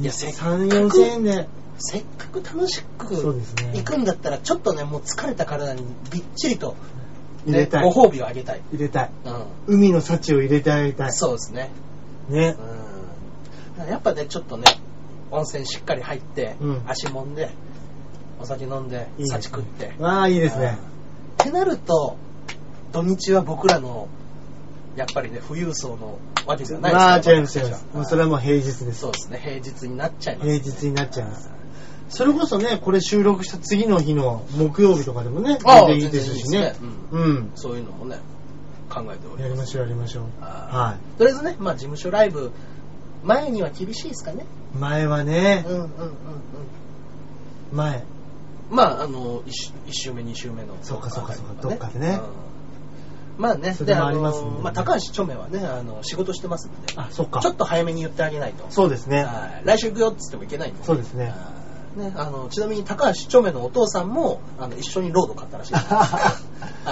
Speaker 1: いやせっかく
Speaker 2: 3、4千円で、
Speaker 1: せっかく楽しく
Speaker 2: そうですね
Speaker 1: 行くんだったら、ちょっとね、もう疲れた体にびっちりと、
Speaker 2: 入れ
Speaker 1: ね、
Speaker 2: たい。
Speaker 1: ご褒美をあげたい。
Speaker 2: 入れたい。
Speaker 1: う
Speaker 2: 海の幸を入れてあげたい
Speaker 1: ん。。そうですね。
Speaker 2: ね。
Speaker 1: うん、やっぱねちょっとね温泉しっかり入って、
Speaker 2: うん
Speaker 1: 足もんでお酒飲んで
Speaker 2: いいですね
Speaker 1: 幸食ってっ
Speaker 2: わあ、いいですね。
Speaker 1: てなると土日は僕らのやっぱりね富裕層のわけじゃない
Speaker 2: まあ、
Speaker 1: ですか
Speaker 2: 違
Speaker 1: ら
Speaker 2: います、違います。
Speaker 1: 僕たちは
Speaker 2: もうそれはもう平日で
Speaker 1: うん
Speaker 2: す
Speaker 1: そう。ですね平日になっちゃいます、
Speaker 2: 平日になっちゃいますそれこそね、これ収録した次の日の木曜日とかでもね、
Speaker 1: ああ
Speaker 2: 全然いいですし
Speaker 1: 全然いい
Speaker 2: ね
Speaker 1: ですね。
Speaker 2: うん。
Speaker 1: そういうのもね考えており
Speaker 2: やり
Speaker 1: ま
Speaker 2: ますしょう、やりましょう。は
Speaker 1: あーとりあえずね、まあ、事務所ライブ前には厳しいですかね
Speaker 2: い。前は
Speaker 1: う
Speaker 2: ね
Speaker 1: ん、うんうんうん
Speaker 2: 前。
Speaker 1: まあ、あの、一一週目、二週目の。
Speaker 2: そうかそうかそうか
Speaker 1: ね
Speaker 2: どっかでね
Speaker 1: うんまあね、
Speaker 2: それもあります
Speaker 1: で
Speaker 2: んでね
Speaker 1: のまあ、高橋著名はね、あの、仕事してますんで、
Speaker 2: あ、そっか
Speaker 1: ちょ。っと早めに言ってあげないと。
Speaker 2: そうですね。
Speaker 1: はい来週行くよって言ってもいけないんで。
Speaker 2: そうですね。
Speaker 1: はいね、あのちなみに高橋著名のお父さんもあの一緒にロード買ったらし
Speaker 2: *laughs*
Speaker 1: いです、は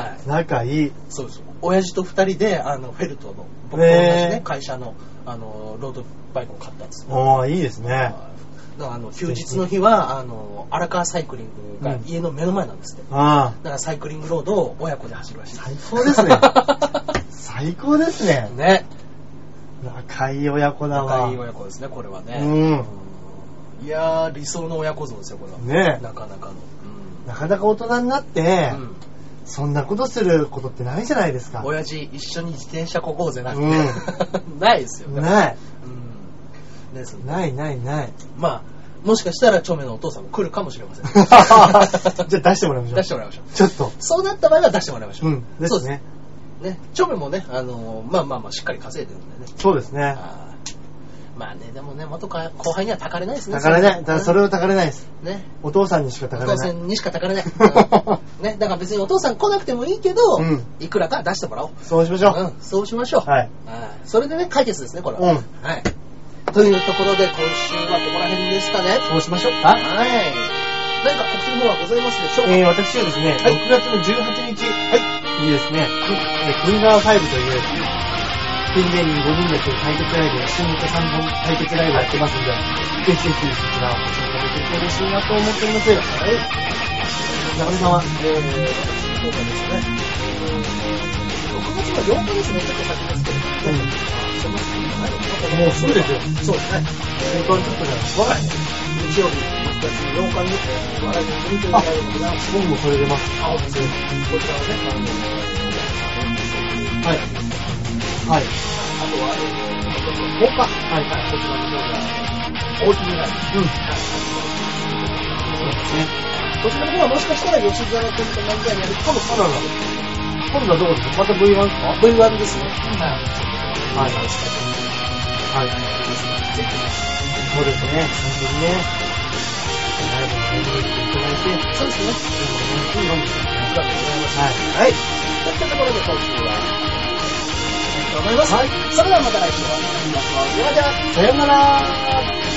Speaker 1: い、
Speaker 2: 仲いい。
Speaker 1: そうです親父と二人であのフェルトの僕と同じ、
Speaker 2: ねえ
Speaker 1: ね、会社のあのロードバイクを買ったんです
Speaker 2: おー、いいですね。
Speaker 1: だからあの休日の日はあの荒川サイクリングが家の目の前なんですって、
Speaker 2: あ
Speaker 1: だからサイクリングロードを親子で走るらしい
Speaker 2: 最高ですね最高ですね。
Speaker 1: *laughs* ね
Speaker 2: 仲いい親子だ
Speaker 1: 仲
Speaker 2: わ。
Speaker 1: いい親子ですねこれはね
Speaker 2: う
Speaker 1: うんいやー理想の親子像ですよこれは
Speaker 2: ねえ
Speaker 1: なかなかの
Speaker 2: ん。なかなか大人になって、
Speaker 1: うん、
Speaker 2: そんなことすることってないじゃないですか。
Speaker 1: 親父一緒に自転車こごうぜなんて、*laughs*
Speaker 2: う
Speaker 1: ないですよね、
Speaker 2: ない。
Speaker 1: うん、ですね
Speaker 2: ないないない。
Speaker 1: まあもしかしたら著名のお父さんも来るかもしれません
Speaker 2: *laughs* じゃあ出してもらいましょう。
Speaker 1: 出してもらいましょう
Speaker 2: ちょっと。
Speaker 1: そうなった場合は出してもらいましょう、
Speaker 2: うん。で
Speaker 1: そう
Speaker 2: すね。
Speaker 1: ね著名もね、あのーまあまあまあしっかり稼いでるんでね
Speaker 2: そうですね。
Speaker 1: あーまあね、でもね、元か後輩にはたかれないですね。
Speaker 2: たかれない。だからそれ
Speaker 1: を。
Speaker 2: をたかれないです。
Speaker 1: ね。
Speaker 2: お父さんにしか
Speaker 1: お
Speaker 2: たかれ
Speaker 1: 父
Speaker 2: な
Speaker 1: さ
Speaker 2: い。
Speaker 1: んにしかたかれ
Speaker 2: *laughs*
Speaker 1: ない。うんね。だから別にお父さん来なくてもいいけど、
Speaker 2: うん
Speaker 1: いくらか出してもらおう。
Speaker 2: そうしましょう。
Speaker 1: うん、そうしましょう。
Speaker 2: はい。
Speaker 1: はいそれでね、解決ですね、これは。
Speaker 2: うん
Speaker 1: はい。というところで、今週はここら辺ですかね。
Speaker 2: そうしましょうか。
Speaker 1: はい。何か告知の方はございますでしょうか、
Speaker 2: えー、私はですね、
Speaker 1: はい
Speaker 2: 6月の18日、はい、にですね、えートリガー5という、ピン芸人5人でやってる対決ライブ、新日3本対決ライブやってますんで、ぜひぜひそちらをご参加できると嬉しいなと思っております。
Speaker 1: はい。
Speaker 2: 中野さ
Speaker 1: えー、私の
Speaker 2: んは
Speaker 1: 方がですね、6月の8日ですね、ちょっと先ですけど、
Speaker 2: うん
Speaker 1: その次の
Speaker 2: もうすぐですよ
Speaker 1: そうですね。
Speaker 2: 本当にちょっとじゃ
Speaker 1: 我が家ね日曜日、6月の8日に、えー我が家の国というライブが、
Speaker 2: あ、僕もそれ出ます。
Speaker 1: 青ですよ。こちらをね、あの、
Speaker 2: はい。はい。
Speaker 1: あとは、えー、10日、はい、はい、こちらの方が、大きめな
Speaker 2: うん。
Speaker 1: こちらの方はもしかしたら吉沢君と漫才やるかもしれない。
Speaker 2: 今度はどうですかまた V1 ですか
Speaker 1: V1 ですね。はい。
Speaker 2: はい。はい。そうですね、本当にね、ライブに参加していただいて、でもね
Speaker 1: そうですね。
Speaker 2: いいもんですよね
Speaker 1: ありがとうございます。
Speaker 2: はい。
Speaker 1: はい。といったところで今週は、と思います。はい。それではまた来週お会いしましょう。ではでは。
Speaker 2: さよなら